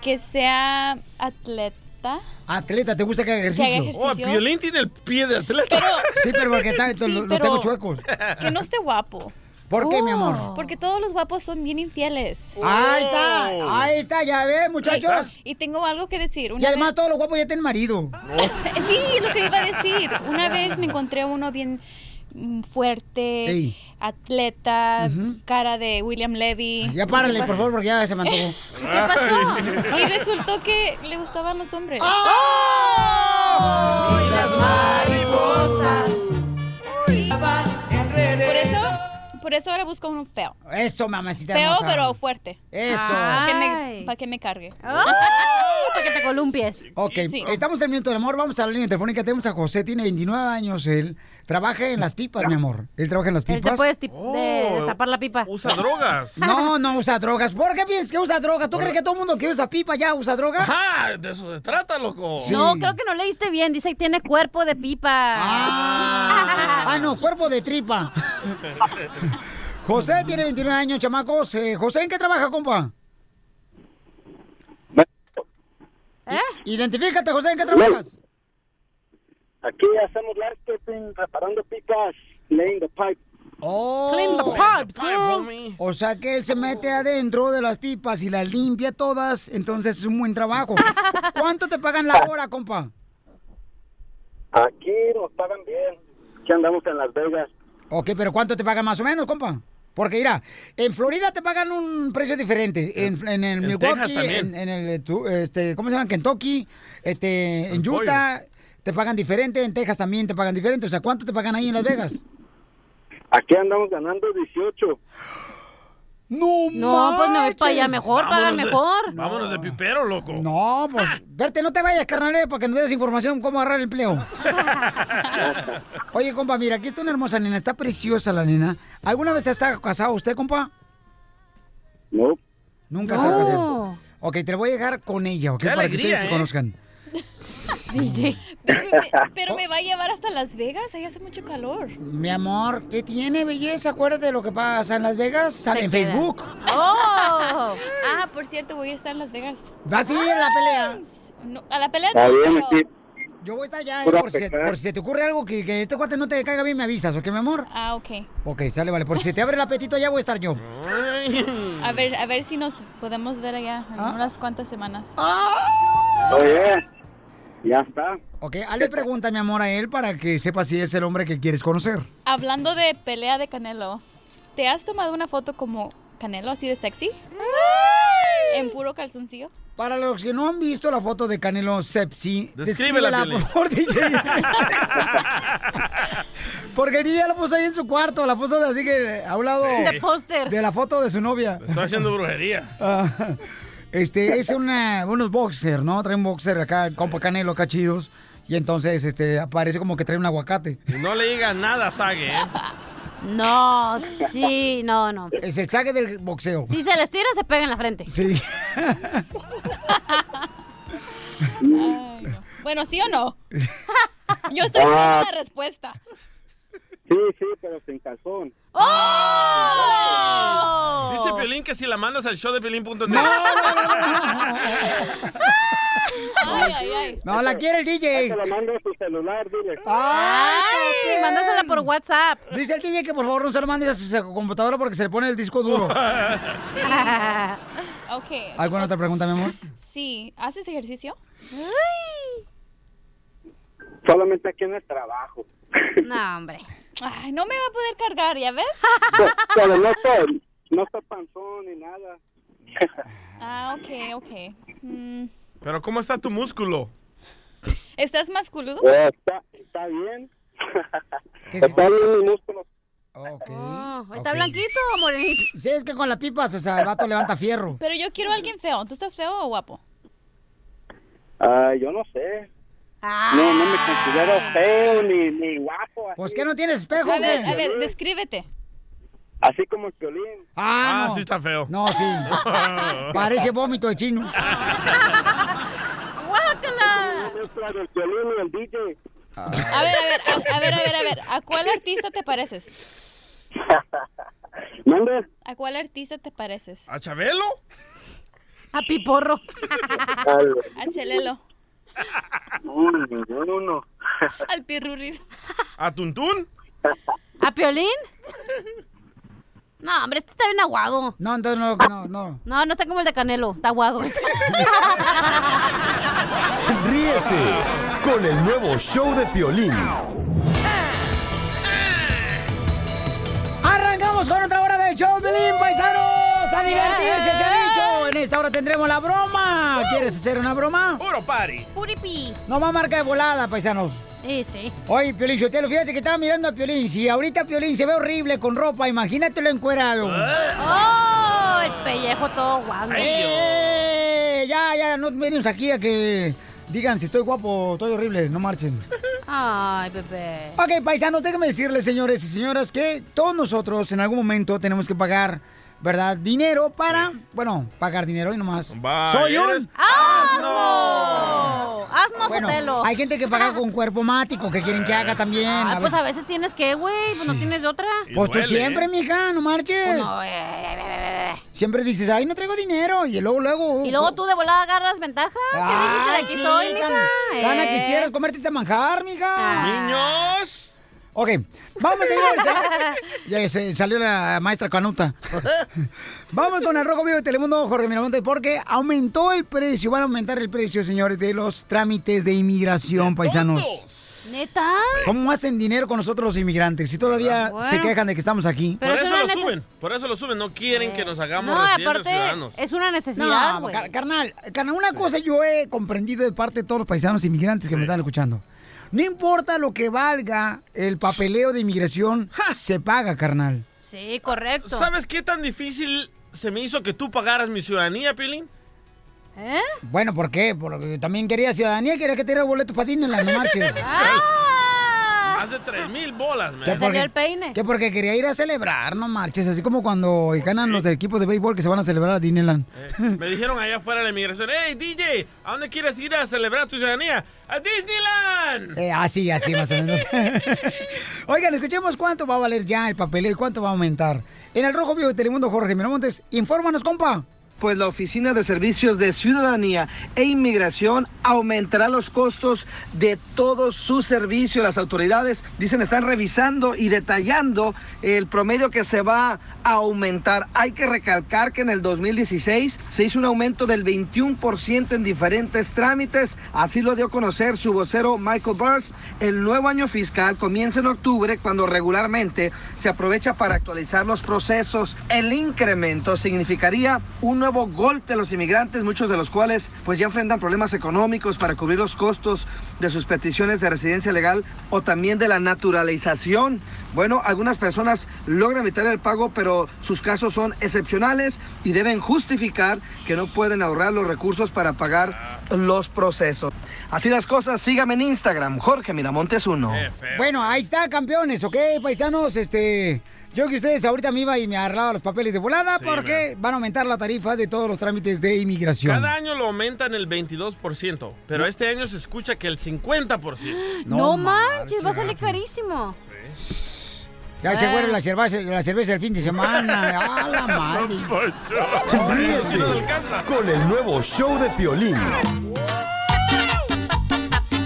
S18: que sea atleta.
S1: Atleta, ¿te gusta que haga
S18: Que haga
S1: ejercicio?
S18: ejercicio. Oh, Piolín
S3: tiene el pie de atleta.
S1: Sí, pero porque está,
S18: Sí,
S1: lo, lo
S18: pero
S1: tengo chuecos.
S18: Que no esté guapo.
S1: ¿Por qué, mi amor?
S18: Porque todos los guapos son bien infieles.
S1: Ahí está, ahí está, ya ve, muchachos.
S18: Y, y tengo algo que decir.
S1: Y
S18: Una
S1: además todos los guapos ya tienen marido.
S18: vez- Eh, sí, lo que iba a decir. Una vez me encontré a uno bien mm, fuerte,
S1: Ey.
S18: atleta, cara de William Levy.
S1: Ah, Ya párale, por favor, porque ya se me antojó.
S18: ¿Qué pasó? Y resultó que le gustaban los hombres.
S17: Y las mariposas
S18: Por eso, por eso ahora busco uno feo.
S1: Eso, mamacita
S18: Feo,
S1: hermosa.
S18: pero fuerte.
S1: Eso.
S18: Para que me, pa' que me cargue.
S2: para que te columpies.
S1: Ok, estamos en Minuto del Amor, vamos a la línea telefónica, tenemos a José, tiene 29 años, él trabaja en las pipas, mi amor. Él trabaja en las
S2: Él te
S1: pipas.
S2: puedes tip- de- destapar la pipa.
S3: Oh, Usa drogas.
S1: No, no usa drogas. ¿Por qué piensas que usa droga? ¿Tú crees que todo el mundo que usa pipa ya usa droga?
S3: ¡Ajá! De eso se trata, loco.
S2: No, creo que no leíste bien. Dice que tiene cuerpo de pipa.
S1: Ah, no, cuerpo de tripa. José tiene 29 años, chamacos. Eh, José, ¿en qué trabaja, compa? ¿Eh? Identifícate, José, ¿en qué trabajas?
S19: Aquí hacemos landscaping, reparando picas, laying the pipe.
S1: Oh.
S19: Clean the pipes, girl.
S1: O sea que él se mete adentro de las pipas y las limpia todas, entonces es un buen trabajo. ¿Cuánto te pagan la hora, compa?
S19: Aquí nos pagan bien. Aquí andamos en Las Vegas.
S1: Ok, pero ¿cuánto te pagan más o menos, compa? Porque mira, en Florida te pagan un precio diferente, en, en el
S17: Texas
S1: Milwaukee,
S17: también.
S1: en, en el, eh, tu- este, ¿cómo se llama? Kentucky, este, en
S19: pollo.
S1: Utah te pagan diferente, en Texas también te pagan diferente. O sea, ¿cuánto te pagan ahí en Las Vegas?
S19: Aquí andamos ganando 18.
S1: No,
S2: No, pues me voy para allá
S1: manches.
S2: mejor, pagan
S1: Vámonos de-
S2: mejor.
S3: Vámonos de pipero, loco.
S1: No, pues, verte, no te vayas, carnal, eh, para que nos des información cómo agarrar el empleo. Oye, compa, mira, aquí está una hermosa nena, está preciosa la nena. ¿Alguna vez ha estado casado usted, compa?
S19: No.
S1: Nunca ha
S19: No.
S1: estado casado. Ok, te la voy a dejar con ella, ¿ok?
S19: Qué
S1: para que
S19: alegría,
S1: ustedes se
S19: ¿eh?
S1: conozcan.
S18: Pero, me, pero
S1: Oh.
S18: me va a llevar hasta Las Vegas, ahí hace mucho calor.
S1: Mi amor, ¿qué tiene belleza? Acuérdate de lo que pasa en Las Vegas. Sale en
S18: queda.
S1: Facebook.
S18: Ah, por cierto, voy a estar en Las Vegas.
S1: ¿Vas a ir a Oh. la pelea?
S18: No, a la pelea
S1: Está
S18: no,
S1: bien,
S18: pero-
S1: Yo voy a estar allá, eh,
S18: Pura
S1: por, si, se-
S18: pecada.
S1: por si se te ocurre algo que, que este cuate no te caiga bien, me avisas, ¿ok, mi amor?
S18: Ah, ok.
S1: Ok, sale, vale. Por si se te abre el apetito, allá voy a estar yo.
S18: A ver, a ver si nos podemos ver allá
S1: Ah.
S18: en unas cuantas semanas.
S19: Oye, ya está.
S1: Ok, hazle pregunta, mi amor, a él para que sepa si es el hombre que quieres conocer.
S18: Hablando de pelea de Canelo, ¿te has tomado una foto como Canelo así de sexy? en puro calzoncillo.
S1: Para los que no han visto la foto de Canelo Sepsi,
S18: Descríbela,
S1: descríbela,
S18: Piolín.
S1: por favor, DJ. Porque el DJ ya la puso ahí en su cuarto, la puso de- así que a un lado
S3: Sí. De póster.
S1: de la foto de su novia.
S3: Estoy haciendo brujería.
S1: Ah, este, es una, unos boxer, ¿no? Trae un boxer acá, compa Canelo, acá chidos. Y entonces, este, aparece como que trae un aguacate.
S3: Y no le digas nada, Sague, ¿eh?
S2: No, sí, no, no.
S1: Es el saque del boxeo.
S2: Si se les tira, se pega en la frente.
S1: Sí.
S18: Bueno, ¿sí o no? Yo estoy con
S19: Ah.
S18: la respuesta.
S19: Sí, sí, pero sin calzón.
S1: ¡Oh!
S3: Dice Piolín que si la mandas al show de Piolín.net.
S18: Ay, ay, ay.
S1: No, la quiere el Ah. DJ.
S19: Te la mando a tu celular, dile.
S1: ¡Ay!
S2: mándasela por WhatsApp.
S1: Dice el DJ que por favor no se lo mandes a su computadora porque se le pone el disco duro.
S18: Ok.
S1: ¿Alguna otra pregunta, mi amor?
S18: Sí, ¿haces ejercicio?
S19: Solamente aquí en el trabajo.
S2: No, hombre.
S18: Ay, no me va a poder cargar, ¿ya ves?
S19: Pero no estoy, no estoy panzón ni nada.
S18: Ah, ok, ok. Mm,
S3: Pero ¿cómo está tu músculo?
S18: ¿Estás masculudo?
S3: Eh,
S19: Está, está bien.
S1: ¿Qué se-
S19: Está bien mi músculo.
S2: Oh, ¿Está
S1: Ok.
S2: blanquito o morenito?
S1: Sí, es que con las pipas, o sea, el vato levanta fierro.
S18: Pero yo quiero a alguien feo. ¿Tú estás feo o guapo?
S19: Ah, yo no sé. No,
S2: Ah.
S19: no me considero feo ni, ni guapo. Así,
S1: Pues que no tiene espejo,
S18: A
S1: ¿o
S18: ver,
S1: qué?
S18: a ver, descríbete.
S19: así como el violín.
S1: Ah,
S3: Ah,
S1: no.
S3: sí está feo.
S1: No, sí. Parece vómito de chino.
S2: ¡Guácala!
S19: Mezcla del violín y el DJ.
S18: A ver, a ver, a, a ver, a ver, a ver. ¿A cuál artista te pareces?
S19: ¿Mande?
S18: ¿A cuál artista te pareces?
S3: ¿A Chabelo?
S2: A Piporro.
S19: Al,
S18: A Chelelo.
S19: uy, ningún uno.
S18: Al Pirurris.
S3: ¿A Tuntún?
S2: ¿A Piolín? No, hombre, este está bien aguado.
S1: No, entonces no, no, no.
S2: No, no está como el de Canelo, está aguado.
S5: Ríete con el nuevo show de Piolín.
S1: Arrancamos con otra hora del show, Belín, paisanos. A divertirse, se ha dicho. En esta hora tendremos la broma. ¿Quieres hacer una broma?
S3: Puro party.
S2: Puripi.
S1: No más marca de volada, paisanos.
S2: Sí, sí.
S1: Oye, Piolín, yo te lo fíjate que estaba mirando a Piolín. Si ahorita Piolín se ve horrible con ropa, imagínatelo encuerado.
S2: ¡Oh! El pellejo todo guango.
S1: ¡Eh! Ya, ya, no venimos aquí a que digan si estoy guapo o estoy horrible, no marchen.
S2: Ay, bebé.
S1: Ok, paisanos, déjenme decirles, señores y señoras, que todos nosotros en algún momento tenemos que pagar, ¿verdad? Dinero para, bueno, pagar dinero y nomás.
S3: Va,
S1: ¡Soy
S3: eres
S1: un!
S2: ¡Asno! ¡Asno,
S1: Bueno,
S2: Ah, Sotelo!
S1: hay gente que paga con cuerpo mático, que quieren que haga también.
S2: Ay,
S1: a
S2: pues
S1: veces.
S2: a veces tienes que, güey, pues no tienes de otra.
S1: Pues tú
S3: ¿eh?
S1: siempre, mija, no marches.
S2: Pues no, eh, eh, eh, eh.
S1: Siempre dices, ay, no traigo dinero, y luego, luego... uh,
S2: Y luego tú de volada agarras ventaja. ¿Qué dijiste? De
S1: Ay,
S2: aquí
S1: sí,
S2: soy, mija.
S1: gana- gana,
S2: eh. Ah.
S1: quisieras comértete a manjar, mija.
S3: ¡Niños!
S1: Ok, vamos, señores. a- ya se salió la maestra Canuta. vamos con el Rojo Vivo de Telemundo, Jorge Miramontes, porque aumentó el precio, van a aumentar el precio, señores, de los trámites de inmigración, paisanos.
S2: ¿Neta?
S1: ¿Cómo hacen dinero con nosotros los inmigrantes? Si todavía
S2: Bueno.
S1: se quejan de que estamos aquí.
S3: por eso, lo
S2: neces-
S3: suben, por eso lo suben, no quieren que nos hagamos
S2: No,
S3: residentes
S2: aparte,
S3: ciudadanos.
S2: es una necesidad,
S1: No,
S2: güey.
S1: car- carnal, carnal, una cosa yo he comprendido de parte de todos los paisanos inmigrantes que me están escuchando. No importa lo que valga el papeleo de inmigración, se paga, carnal.
S2: Sí, correcto.
S3: ¿Sabes qué tan difícil se me hizo que tú pagaras mi ciudadanía, Pilín?
S2: ¿Eh?
S1: Bueno, ¿por qué? Porque también quería ciudadanía, quería que te diera boleto para Disneyland, no marches.
S2: Ah,
S3: Más de 3 mil bolas, man.
S2: peine?
S1: Que porque quería ir a celebrar, no marches. Así como cuando ganan los del equipo de béisbol que se van a celebrar a Disneyland.
S3: Eh, me dijeron allá afuera de la inmigración, hey DJ, ¿a dónde quieres ir a celebrar tu ciudadanía? ¡A Disneyland!
S1: Eh, así, así más o menos. Oigan, escuchemos cuánto va a valer ya el papeleo y cuánto va a aumentar. En el Rojo Vivo de Telemundo, Jorge Miramontes, infórmanos, compa.
S4: Pues la Oficina de Servicios de Ciudadanía e Inmigración aumentará los costos de todos sus servicios. Las autoridades dicen están revisando y detallando el promedio que se va a aumentar. Hay que recalcar que en el 2016 se hizo un aumento del 21% en diferentes trámites. Así lo dio a conocer su vocero Michael Burns. El nuevo año fiscal comienza en octubre cuando regularmente se aprovecha para actualizar los procesos. El incremento significaría un nuevo nuevo golpe a los inmigrantes, muchos de los cuales pues ya enfrentan problemas económicos para cubrir los costos de sus peticiones de residencia legal o también de la naturalización. Bueno, algunas personas logran evitar el pago, pero sus casos son excepcionales y deben justificar que no pueden ahorrar los recursos para pagar los procesos. Así las cosas, sígame en Instagram, Jorge Miramontes 1.
S1: Bueno, ahí está, campeones, ¿ok, paisanos? Este, yo que ustedes ahorita me iba y me arreglaba los papeles de volada
S3: Sí,
S1: porque van a aumentar la tarifa de todos los trámites de inmigración.
S3: Cada año lo aumentan el 22%, pero este año se escucha que el 50%.
S2: No, manches, va a salir carísimo.
S1: Ya se fueron la cerveza, la cerveza el fin de semana. ¡A la madre!
S5: Ríete con el nuevo show de Piolín.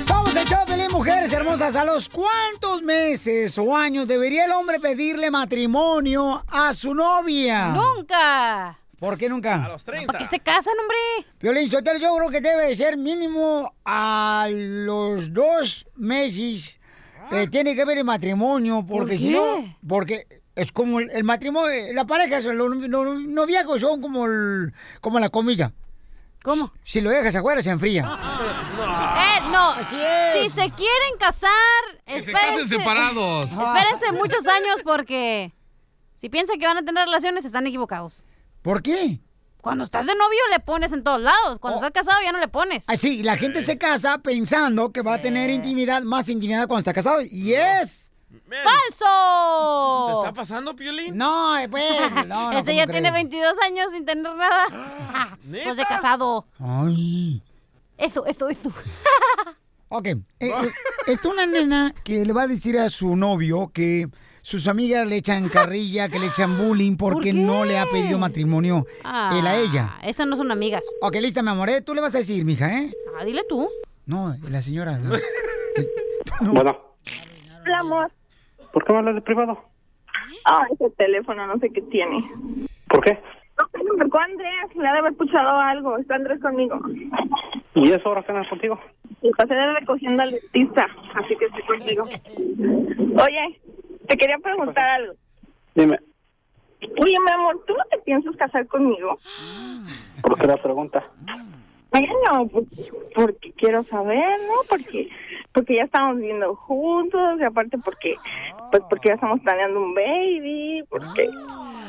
S1: Somos el show de Pelín, mujeres hermosas. ¿A los cuántos meses o años debería el hombre pedirle matrimonio a su novia?
S2: ¡Nunca!
S1: ¿Por qué nunca?
S2: ¿Para qué se casan, hombre?
S1: Violín Sotelo, yo creo que debe ser mínimo a los dos meses. eh, tiene que ver el matrimonio, porque si
S2: Ah. qué?
S1: no, porque es como el, el matrimonio, eh, la pareja, son los, los noviazgos son como, el- como la comida.
S2: ¿Cómo?
S1: Si lo dejas afuera, se enfría.
S2: Eh, no.
S1: es.
S2: Si se quieren casar,
S1: Que se
S2: espérense.
S1: casen separados.
S2: Espérense muchos años porque si piensan que van a tener relaciones, están equivocados.
S1: ¿Por qué?
S2: Cuando estás de novio, le pones en todos lados. Cuando estás casado, ya no le pones.
S1: Así, Oh. la gente se casa pensando que va a tener intimidad, más intimidad cuando está casado. ¡Y es!
S2: ¡Falso!
S3: ¿Te está pasando, Piolín?
S1: No, eh, pues, no, no,
S2: este
S1: ¿cómo
S2: ya
S1: crees?
S2: tiene 22 años sin tener nada. pues de casado.
S1: Ah. Ay.
S2: Eso, eso, eso.
S1: Ok. eh, eh, está una nena que le va a decir a su novio que sus amigas le echan carrilla, que le echan bullying porque no le ha pedido matrimonio
S2: Ah,
S1: él a ella.
S2: Esas no son amigas.
S1: Ok, lista, mi amor. ¿eh? Tú le vas a decir, mija, ¿eh?
S2: Ah, dile tú.
S1: No, la señora. la-
S6: Bueno,
S14: Hola, amor.
S6: ¿por qué me hablas de privado?
S14: Ah, ese teléfono, no sé qué tiene.
S6: ¿Por qué?
S14: No sé, me marcó Andrés, le ha de haber escuchado algo. Está Andrés conmigo.
S6: ¿Y eso ahora cenas contigo?
S14: Y pasé de recogiendo al dentista, así que estoy contigo. Oye, te quería preguntar algo.
S6: Dime,
S14: Oye, mi amor, ¿tú no te piensas casar conmigo?
S6: ¿por qué la pregunta?
S14: Bueno, pues, porque quiero saber, ¿no? Porque porque ya estamos viviendo juntos y aparte porque pues porque ya estamos planeando un baby, porque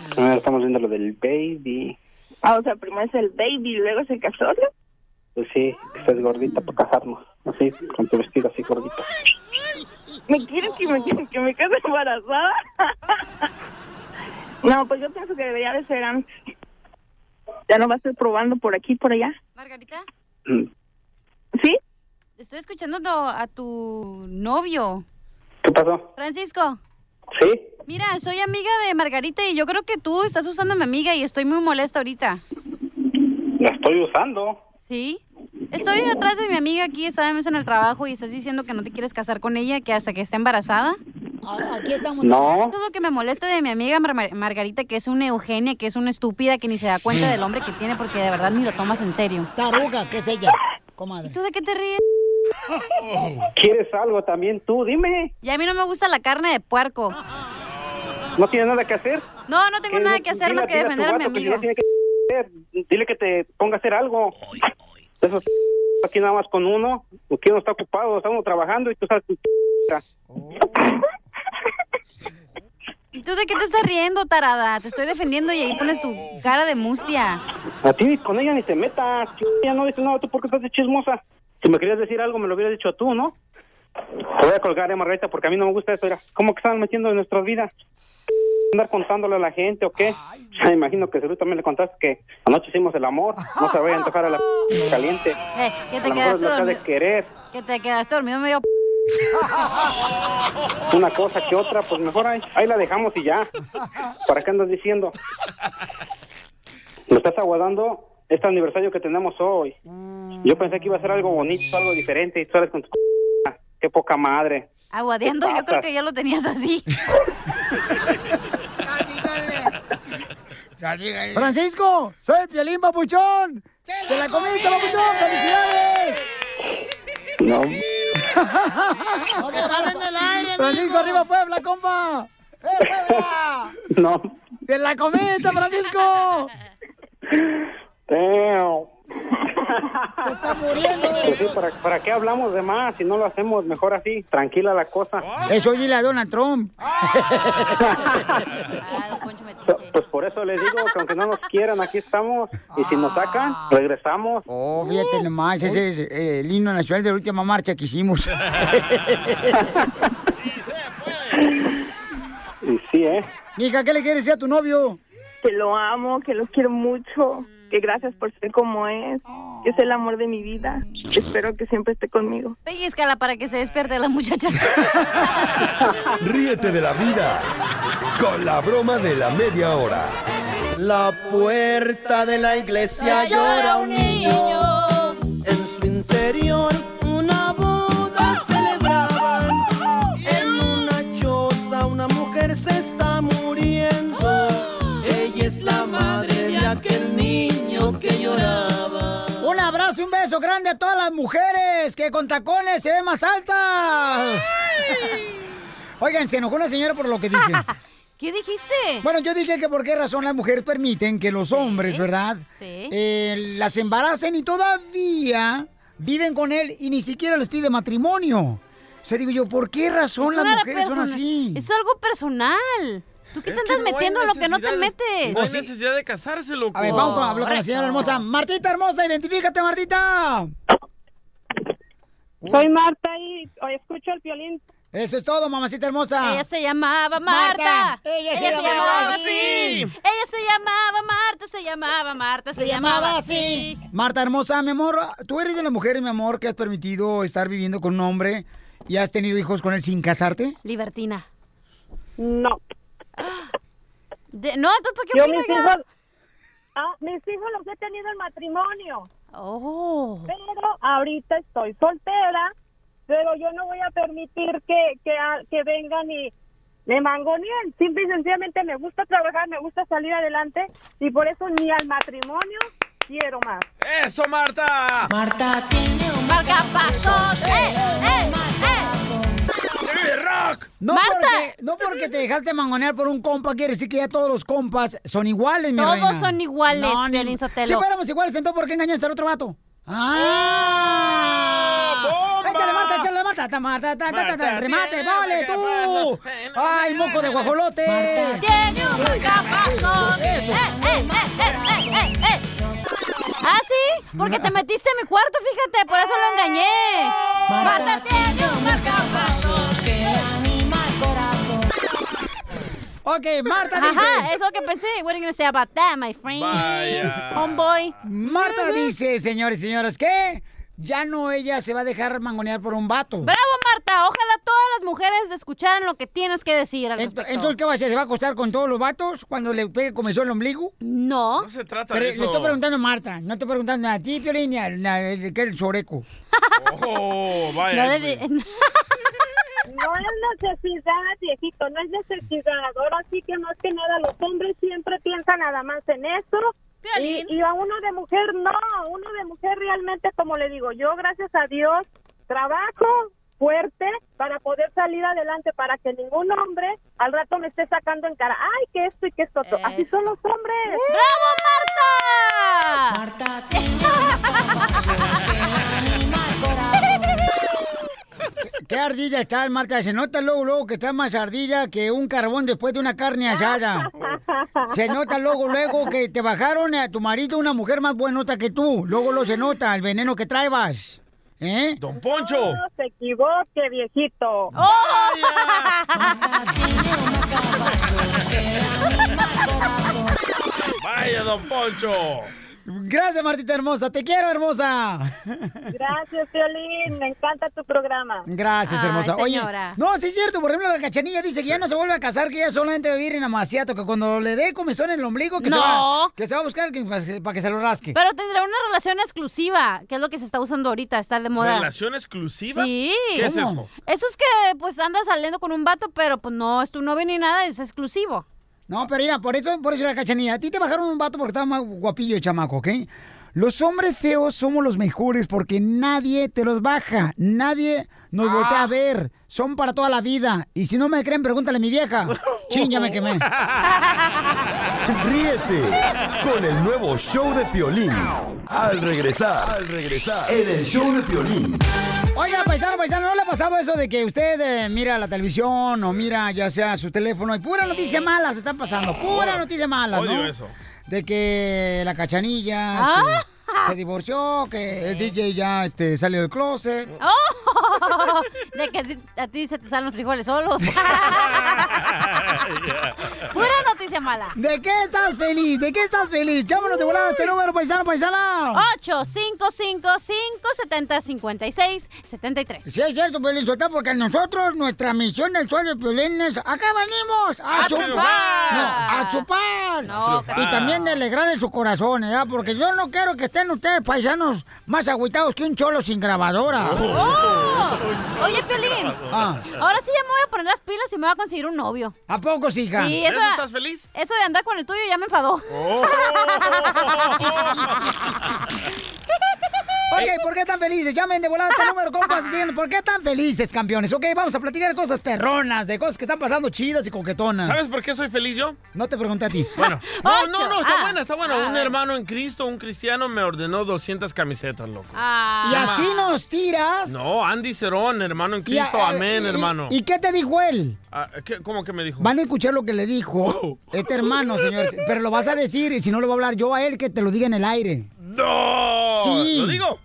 S6: Primero estamos viendo lo del baby.
S14: ah, o sea, primero es el baby y luego se casó. ¿no?
S6: Pues sí, que estás gordita para casarnos. Así, con tu vestido así gordita.
S14: ¿Me quieres que me que me case embarazada? no, pues yo pienso que debería de ser antes. Ya no va a estar probando por aquí y por allá.
S2: Margarita,
S14: ¿Sí?
S2: estoy escuchando to- a tu novio.
S6: ¿Qué pasó?
S2: Francisco.
S6: ¿Sí?
S2: Mira, soy amiga de Margarita y yo creo que tú estás usando a mi amiga y estoy muy molesta ahorita.
S6: La estoy usando.
S2: ¿Sí? Estoy detrás de mi amiga aquí, estábamos en el trabajo y estás diciendo que no te quieres casar con ella, que hasta que esté embarazada.
S1: Aquí estamos.
S6: No.
S2: Todo lo que me molesta de mi amiga Mar- Mar- Margarita, que es una eugenia, que es una estúpida, que ni se da cuenta del hombre que tiene porque de verdad ni lo tomas en serio.
S1: Taruga, ¿qué es ella? Comadre.
S2: ¿Tú de qué te ríes?
S6: ¿Quieres algo también tú? Dime.
S2: Y a mí no me gusta la carne de puerco.
S6: ¿No tienes nada que hacer?
S2: No, no tengo
S6: ¿Qué?
S2: nada que hacer
S6: Dile-
S2: más que
S6: dile tu
S2: defender a mi
S6: vato que
S2: amigo.
S6: ya tiene que hacer. Dile que te ponga a hacer algo. De esos aquí nada más con uno. Porque uno está ocupado, está uno trabajando y tú estás...
S2: ¿Y tú de qué te estás riendo, tarada? Te estoy defendiendo y ahí pones tu cara de mustia.
S6: A ti ni con ella ni te metas. ch- Ella no dice nada, tú porque estás de chismosa. Si me querías decir algo, me lo hubieras dicho tú, ¿no? Te voy a colgar, eh, Margarita, porque a mí no me gusta esto. Mira, ¿cómo que están metiendo en nuestras vidas? ¿Andar contándole a la gente o qué? Me imagino que seguro también le contaste que anoche hicimos el amor. No se vaya a antojar a la p- caliente.
S2: Eh, que
S6: A
S2: te
S6: lo mejor
S2: quedaste
S6: lo acá de
S2: dormido.
S6: querer.
S2: Que te quedaste dormido medio. p-
S6: Una cosa que otra, pues mejor ahí, ahí la dejamos y ya. ¿Para qué andas diciendo? Lo estás aguardando este aniversario que tenemos hoy.
S1: Mm.
S6: Yo pensé que iba a ser algo bonito, algo diferente, y tú sales con tu... c- Qué poca madre.
S2: Aguadeando, yo creo que ya lo tenías así.
S1: Francisco, soy Piolín Papuchón. ¡Te la comiste, Papuchón! ¡Felicidades!
S6: No.
S1: ¡No te estás en el aire, Francisco, arriba Puebla, compa. ¡Eh, Puebla!
S6: No.
S1: ¡Te la comiste, Francisco! Se está muriendo.
S6: Pues sí, ¿para, ¿Para qué hablamos de más si no lo hacemos mejor así? Tranquila la cosa.
S1: Eso dile a Donald Trump. Ah,
S6: So- Pues por eso les digo que aunque no nos quieran, aquí estamos. Y si nos sacan, regresamos.
S1: Ah. Oh, fíjate nomás, ese es eh, el himno nacional de la última marcha que hicimos.
S6: Y sí, ¿eh?
S1: Mija, ¿qué le quieres decir a tu novio?
S20: Que lo amo, que lo quiero mucho, que gracias por ser como es, que es el amor de mi vida. que Espero que siempre esté conmigo.
S2: Pellizcala para que se despierte la muchacha.
S5: Ríete de la vida con la broma de la media hora.
S17: La puerta de la iglesia llora un niño. En su interior una boda celebraban. En una choza una mujer se está muriendo. Ella es la madre de aquel niño que lloraba.
S1: Un abrazo, y un beso grande a todas las mujeres que con tacones se ven más altas. Oigan, se enojó una señora por lo que dije.
S2: ¿Qué dijiste?
S1: Bueno, yo dije que por qué razón las mujeres permiten que los hombres, ¿verdad?
S2: Sí.
S1: Eh, las embaracen y todavía viven con él y ni siquiera les pide matrimonio. O sea, digo yo, ¿por qué razón
S2: Es
S1: las
S2: Pues una
S1: mujeres son
S2: persona-
S1: así?
S2: Es algo personal. ¿Tú qué te
S3: que
S2: andas
S3: no hay
S2: metiendo en lo que no te
S3: necesidad de-
S2: metes?
S3: No hay necesidad de casarse, loco.
S1: A ver, vamos con, hablar con la señora hermosa. Martita hermosa, identifícate, Martita.
S20: Soy Marta y escucho el violín.
S1: Eso es todo, mamacita hermosa.
S2: Ella se llamaba Marta.
S1: Marta.
S2: Ella,
S1: se llamaba así.
S2: Ella se llamaba Marta, se llamaba Marta, se, llamaba así.
S1: Marta hermosa, mi amor, tú eres de las mujeres, mi amor, que has permitido estar viviendo con un hombre y has tenido hijos con él sin casarte.
S2: Libertina.
S20: No.
S2: De- no, entonces, ¿para qué
S20: Yo
S2: opina,
S20: mis
S2: oiga?
S20: hijos, ah, mis hijos los he tenido en matrimonio.
S2: Oh.
S20: Pero ahorita estoy soltera, pero yo no voy a permitir que, que, a- que vengan y me mangoneen. Simple y sencillamente me gusta trabajar, me gusta salir adelante y por eso ni al matrimonio quiero más.
S3: ¡Eso, Marta!
S20: Marta
S2: Marcapasos. ¡Eh, eh,
S3: eh! rock!
S1: No porque, no porque te dejaste mangonear por un compa, quiere decir que ya todos los compas son iguales, mi
S2: Todos
S1: reina.
S2: son iguales, Piolín Sotelo.
S1: Si fuéramos iguales, entonces ¿por qué engañaste al otro vato? ¡Ah! ¡Échale, Marta, échale, Marta! ¡Ta, Marta, ta, ta, ta, ta! ¡Remate, vale, tú! ¡Ay, moco de guajolote!
S2: Tiene un marcapasos.
S1: eh, Eso.
S2: Eh, eh, eh, eh, eh, eh, eh. Ah, sí, porque te metiste en mi cuarto, fíjate, por eso lo engañé.
S17: Marta
S2: tiene un
S17: marcapasos que anima el corazón.
S1: Ok, Marta
S2: Ajá,
S1: dice.
S2: es lo que pensé. What are you gonna say about that, my friend?
S1: Vaya.
S2: Homeboy.
S1: Marta dice, señores y señoras, que ya no ella se va a dejar mangonear por un vato.
S2: Bravo, Marta. Ojalá todas las mujeres escucharan lo que tienes que decir al respecto.
S1: Entonces, ¿qué va a hacer? ¿Se va a acostar con todos los vatos cuando le pegue comenzó el ombligo?
S2: No. No
S3: se trata
S1: Pero
S3: de eso.
S1: Le estoy preguntando a Marta, no estoy preguntando a ti, Piolín, ni al a- el- que el choreco.
S3: ¡Oh,
S2: No
S3: vaya!
S2: le di-
S20: No es necesidad, viejito, no es necesidad. Ahora sí que más que nada los hombres siempre piensan nada más en eso. Y, y a uno de mujer no, a uno de mujer realmente, como le digo, yo gracias a Dios trabajo fuerte para poder salir adelante, para que ningún hombre al rato me esté sacando en cara, ay, que esto y que esto. otro". Así son los hombres.
S2: ¡Bravo,
S17: Marta! Marta tiene
S1: ¿Qué ardilla está, Marta? Se nota luego, luego que está más ardilla que un carbón después de una carne asada. Se nota luego, luego que te bajaron a tu marido una mujer más buenota que tú. Luego lo se nota, el veneno que traebas. ¿Eh?
S3: ¡Don Poncho!
S20: No se equivoque, viejito.
S17: ¡Oh!
S3: ¡Vaya, don Poncho!
S1: Gracias, Martita hermosa. Te quiero, hermosa.
S20: Gracias, Violín. Me encanta tu programa.
S1: Gracias, hermosa.
S20: señora.
S1: Oye, no, sí es cierto. Por ejemplo, la cachanilla dice que ya no se vuelve a casar, que ya solamente va a vivir en amaciato, que cuando le dé comezón en el ombligo, que, se,
S2: No.
S1: va, que se va a buscar que- para que, para que se lo rasque.
S2: Pero tendrá una relación exclusiva, que es lo que se está usando ahorita, está de moda.
S3: ¿Relación exclusiva?
S2: Sí.
S3: ¿Qué es eso?
S2: Eso es que pues andas saliendo con un vato, pero pues no es tu novio ni nada, es exclusivo.
S1: No, pero mira, por eso, por eso la cachanilla. A ti te bajaron un vato porque estaba más guapillo el chamaco, ¿ok? Los hombres feos somos los mejores porque nadie te los baja, nadie nos voltea a ver. Son para toda la vida. Y si no me creen, pregúntale a mi vieja. Chin, ya me quemé.
S5: Ríete con el nuevo show de Piolín. Al regresar, al regresar, en el show de Piolín.
S1: Oiga, paisano, paisano, ¿no le ha pasado eso de que usted eh, mira la televisión o mira ya sea su teléfono y pura noticia mala se está pasando? Pura noticia mala, ¿no?
S9: Odio eso.
S1: De que la cachanilla este,
S9: Ah.
S1: se divorció, que el DJ ya este, salió del closet.
S2: ¡Oh! De que así a ti se te salen los frijoles solos. Pura noticia mala.
S1: ¿De qué estás feliz? ¿De qué estás feliz? Llámanos de volada a este número, paisano, paisano.
S2: 855-570-5673.
S1: Sí, es cierto, Piolín Sotelo, porque nosotros, nuestra misión del suelo de Piolín es, acá venimos a,
S9: A
S1: chupar.
S9: triunfar.
S1: No, a chupar.
S9: No, Triunfar.
S1: y también de alegrar su corazón, ¿verdad? Porque yo no quiero que estén ustedes, paisanos, más agüitados que un cholo sin grabadora.
S2: ¡Oh! Oye, Piolín.
S1: Ah.
S2: Ahora sí ya me voy a poner las pilas y me voy a conseguir un novio.
S1: ¿A poco, hija?
S2: Sí,
S1: ¿De
S2: eso,
S1: eso estás
S2: feliz? Eso de andar con el tuyo ya me enfadó.
S1: Ok, ¿por qué tan felices? Llamen de volada este número, compas. si tienen- ¿Por qué tan felices, campeones? Ok, vamos a platicar de cosas perronas, de cosas que están pasando chidas y coquetonas.
S3: ¿Sabes por qué soy feliz yo?
S1: No te pregunté a ti.
S3: Bueno, no, no, no, está
S1: Ah.
S3: buena, está buena.
S1: Ah,
S3: un
S1: bueno.
S3: hermano en Cristo, un cristiano, me ordenó 200 camisetas, loco.
S1: Y así nos tiras.
S3: No, Andy Cerón, hermano en
S1: Y a- eh,
S3: Cristo, amén,
S1: y-
S3: hermano.
S1: ¿Y qué te dijo él?
S3: Ah, ¿qué- ¿Cómo que me dijo?
S1: Van a escuchar lo que le dijo este hermano, señores. Pero lo vas a decir y si no lo voy a hablar yo a él, que te lo diga en el aire.
S3: ¡No!
S1: Sí.
S3: Oh, ¿Lo digo?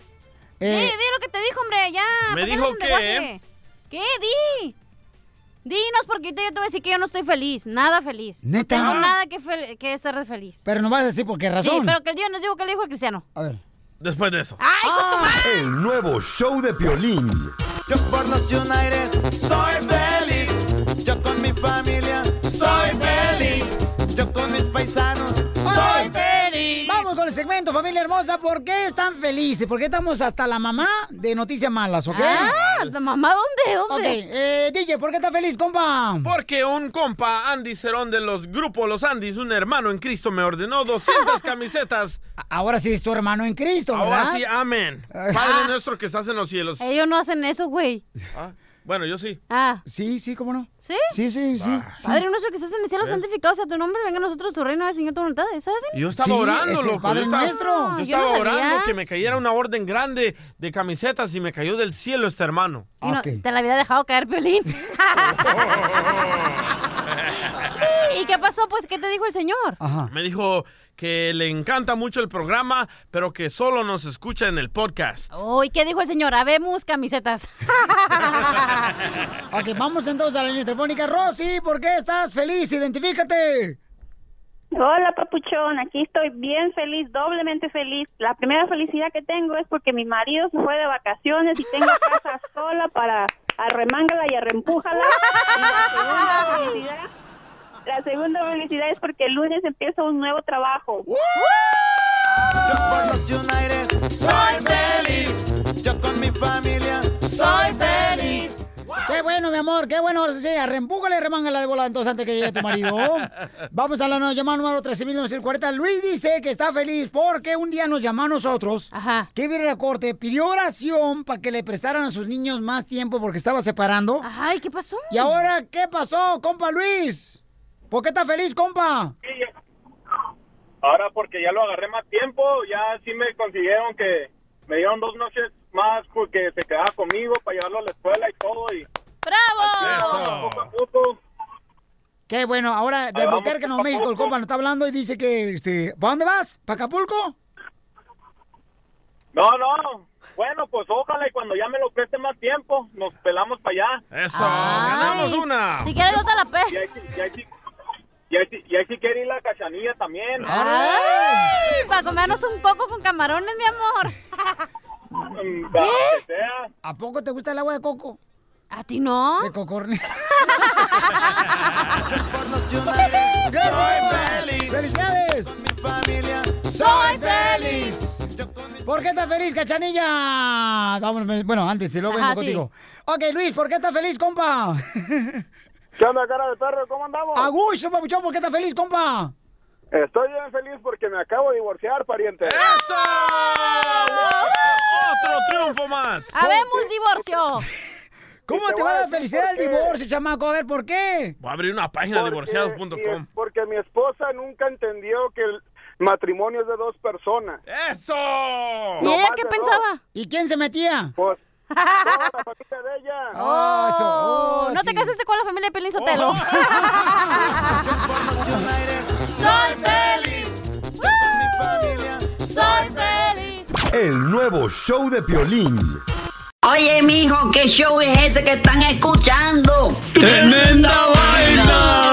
S2: Sí,
S1: Eh,
S2: di lo que te dijo, hombre, ya.
S3: Me
S2: ¿para qué
S3: dijo
S2: andas en
S3: que-
S2: lenguaje? ¿Qué? Di. Dinos, porque ahorita yo te voy a decir que yo no estoy feliz, nada feliz.
S1: ¿Neta?
S2: No tengo nada que, fel- que estar de feliz.
S1: pero no vas a decir por qué razón.
S2: Sí, pero que el Dios nos dijo que le dijo el cristiano.
S1: A ver.
S3: Después de eso.
S5: El nuevo show de Piolín.
S17: Yo por los United soy feliz. Yo con mi familia soy feliz. Yo con mis paisanos soy feliz.
S1: Vamos con el segmento, familia hermosa. ¿Por qué están felices? ¿Por qué estamos hasta la mamá de noticias malas, ok?
S3: Ah,
S1: ¿la mamá dónde? ¿Dónde? Ok, eh, DJ, ¿por qué estás feliz, compa?
S3: Porque un compa, Andy Cerón de los grupos Los Andis, un hermano en Cristo, me ordenó 200 camisetas.
S1: Ahora sí es tu hermano en Cristo, ¿verdad?
S3: Ahora sí, amén.
S1: Ah.
S3: Padre nuestro que estás en los cielos.
S2: Ellos no hacen eso, güey.
S3: Ah, bueno, yo sí.
S2: Ah.
S1: Sí, sí, ¿cómo no?
S2: ¿Sí?
S1: Sí, sí, sí.
S2: Padre nuestro que estás en el cielo,
S3: ¿Eh?
S2: santificado sea tu nombre, venga a nosotros tu reino, Señor, tu voluntad. ¿Eso hacen?
S3: Yo estaba orando,
S1: es el
S3: loco.
S1: Padre
S3: yo estaba,
S1: nuestro.
S3: yo
S2: Ah, yo
S3: estaba
S2: no sabía.
S3: orando que me cayera una orden grande de camisetas y me cayó del cielo este hermano.
S1: Ah,
S2: Y no, Te la hubiera dejado caer, Piolín. ¿Y qué pasó, pues? ¿Qué te dijo el Señor?
S3: Me dijo que le encanta mucho el programa, pero que solo nos escucha en el podcast.
S1: Ah,
S2: Oh, ¿y qué dijo el señor? Habemos camisetas.
S1: Ok, vamos entonces a la línea telefónica. Rosy, ¿por qué estás feliz? Identifícate.
S21: Hola, papuchón. Aquí estoy bien feliz, doblemente feliz. La primera felicidad que tengo es porque mi marido se fue de vacaciones y tengo casa sola para arremángala y arrempújala. Y la segunda felicidad, la segunda felicidad es porque el lunes empieza un nuevo trabajo.
S17: Por los United soy feliz. Yo con mi familia soy feliz.
S1: Qué bueno, mi amor, qué bueno. Ahora sí, arrempújale, remángala de volada entonces antes que llegue tu marido. Vamos a la no- llamada número 13940. Luis dice que está feliz porque un día nos llamó a nosotros que viene la corte, pidió oración para que le prestaran a sus niños más tiempo porque estaba separando.
S2: Ay, ¿qué pasó?
S1: ¿Y ahora qué pasó, compa Luis? ¿Por qué está feliz, compa?
S8: Ahora porque ya lo agarré más tiempo, ya sí me consiguieron que me dieron dos noches más porque se quedaba conmigo para llevarlo a la escuela y todo y
S2: ¡Bravo!
S8: poco a poco.
S1: Qué bueno, ahora
S8: Ahí
S1: de
S8: vamos,
S1: Boquerque, no,
S8: poco a
S1: México, el
S8: poco.
S1: compa nos está hablando y dice que, este, ¿para dónde vas? ¿Para Acapulco?
S8: No, no. Bueno, pues ojalá y cuando ya me lo preste más tiempo, nos pelamos para allá.
S3: Eso,
S2: ganamos
S3: una.
S2: Si quieres, yo te la pe.
S8: Y ahí, sí- y ahí sí- y ahí sí- y ahí sí quiere ir la cachanilla también.
S2: Ay, para comernos un poco con camarones, mi amor. ¿Eh?
S8: Mm,
S1: ¿Qué?
S8: para lo que sea.
S1: ¿A poco te gusta el agua de coco?
S2: ¿A ti
S17: ¿Ah?
S2: no?
S1: De cocorne.
S17: Soy feliz.
S1: ¡Felicidades!
S17: Mi familia
S1: ¡Soy feliz! ¿Por qué estás feliz, cachanilla? Vámonos, bueno, antes, si luego vengo
S17: Ajá, sí.
S1: contigo. Ok, Luis, ¿por qué estás feliz, compa?
S8: ¿Qué onda, cara de perro? ¿Cómo andamos?
S1: A gusto, papuchón, ¿por qué estás feliz, compa?
S8: Estoy bien feliz porque me acabo de divorciar, pariente. ¡Eso!
S3: más.
S2: ¡Habemos divorcio!
S1: ¿Cómo te va a dar felicidad el divorcio, chamaco? A ver, ¿por qué?
S3: Voy a abrir una página
S10: Porque-
S3: divorciados.com.
S10: Porque mi esposa nunca entendió que el matrimonio es de dos personas.
S3: ¡Eso!
S10: ¿Y ella qué
S2: pensaba?
S1: Pues, ¿Y quién se metía?
S10: Pues
S1: Oh, eso, oh,
S2: no te casaste con la familia de Pelín Sotelo.
S7: Soy feliz. Soy feliz.
S5: El nuevo show de Piolín.
S22: Oye, mijo, ¿qué show es ese que están escuchando?
S7: Tremenda
S22: vaina!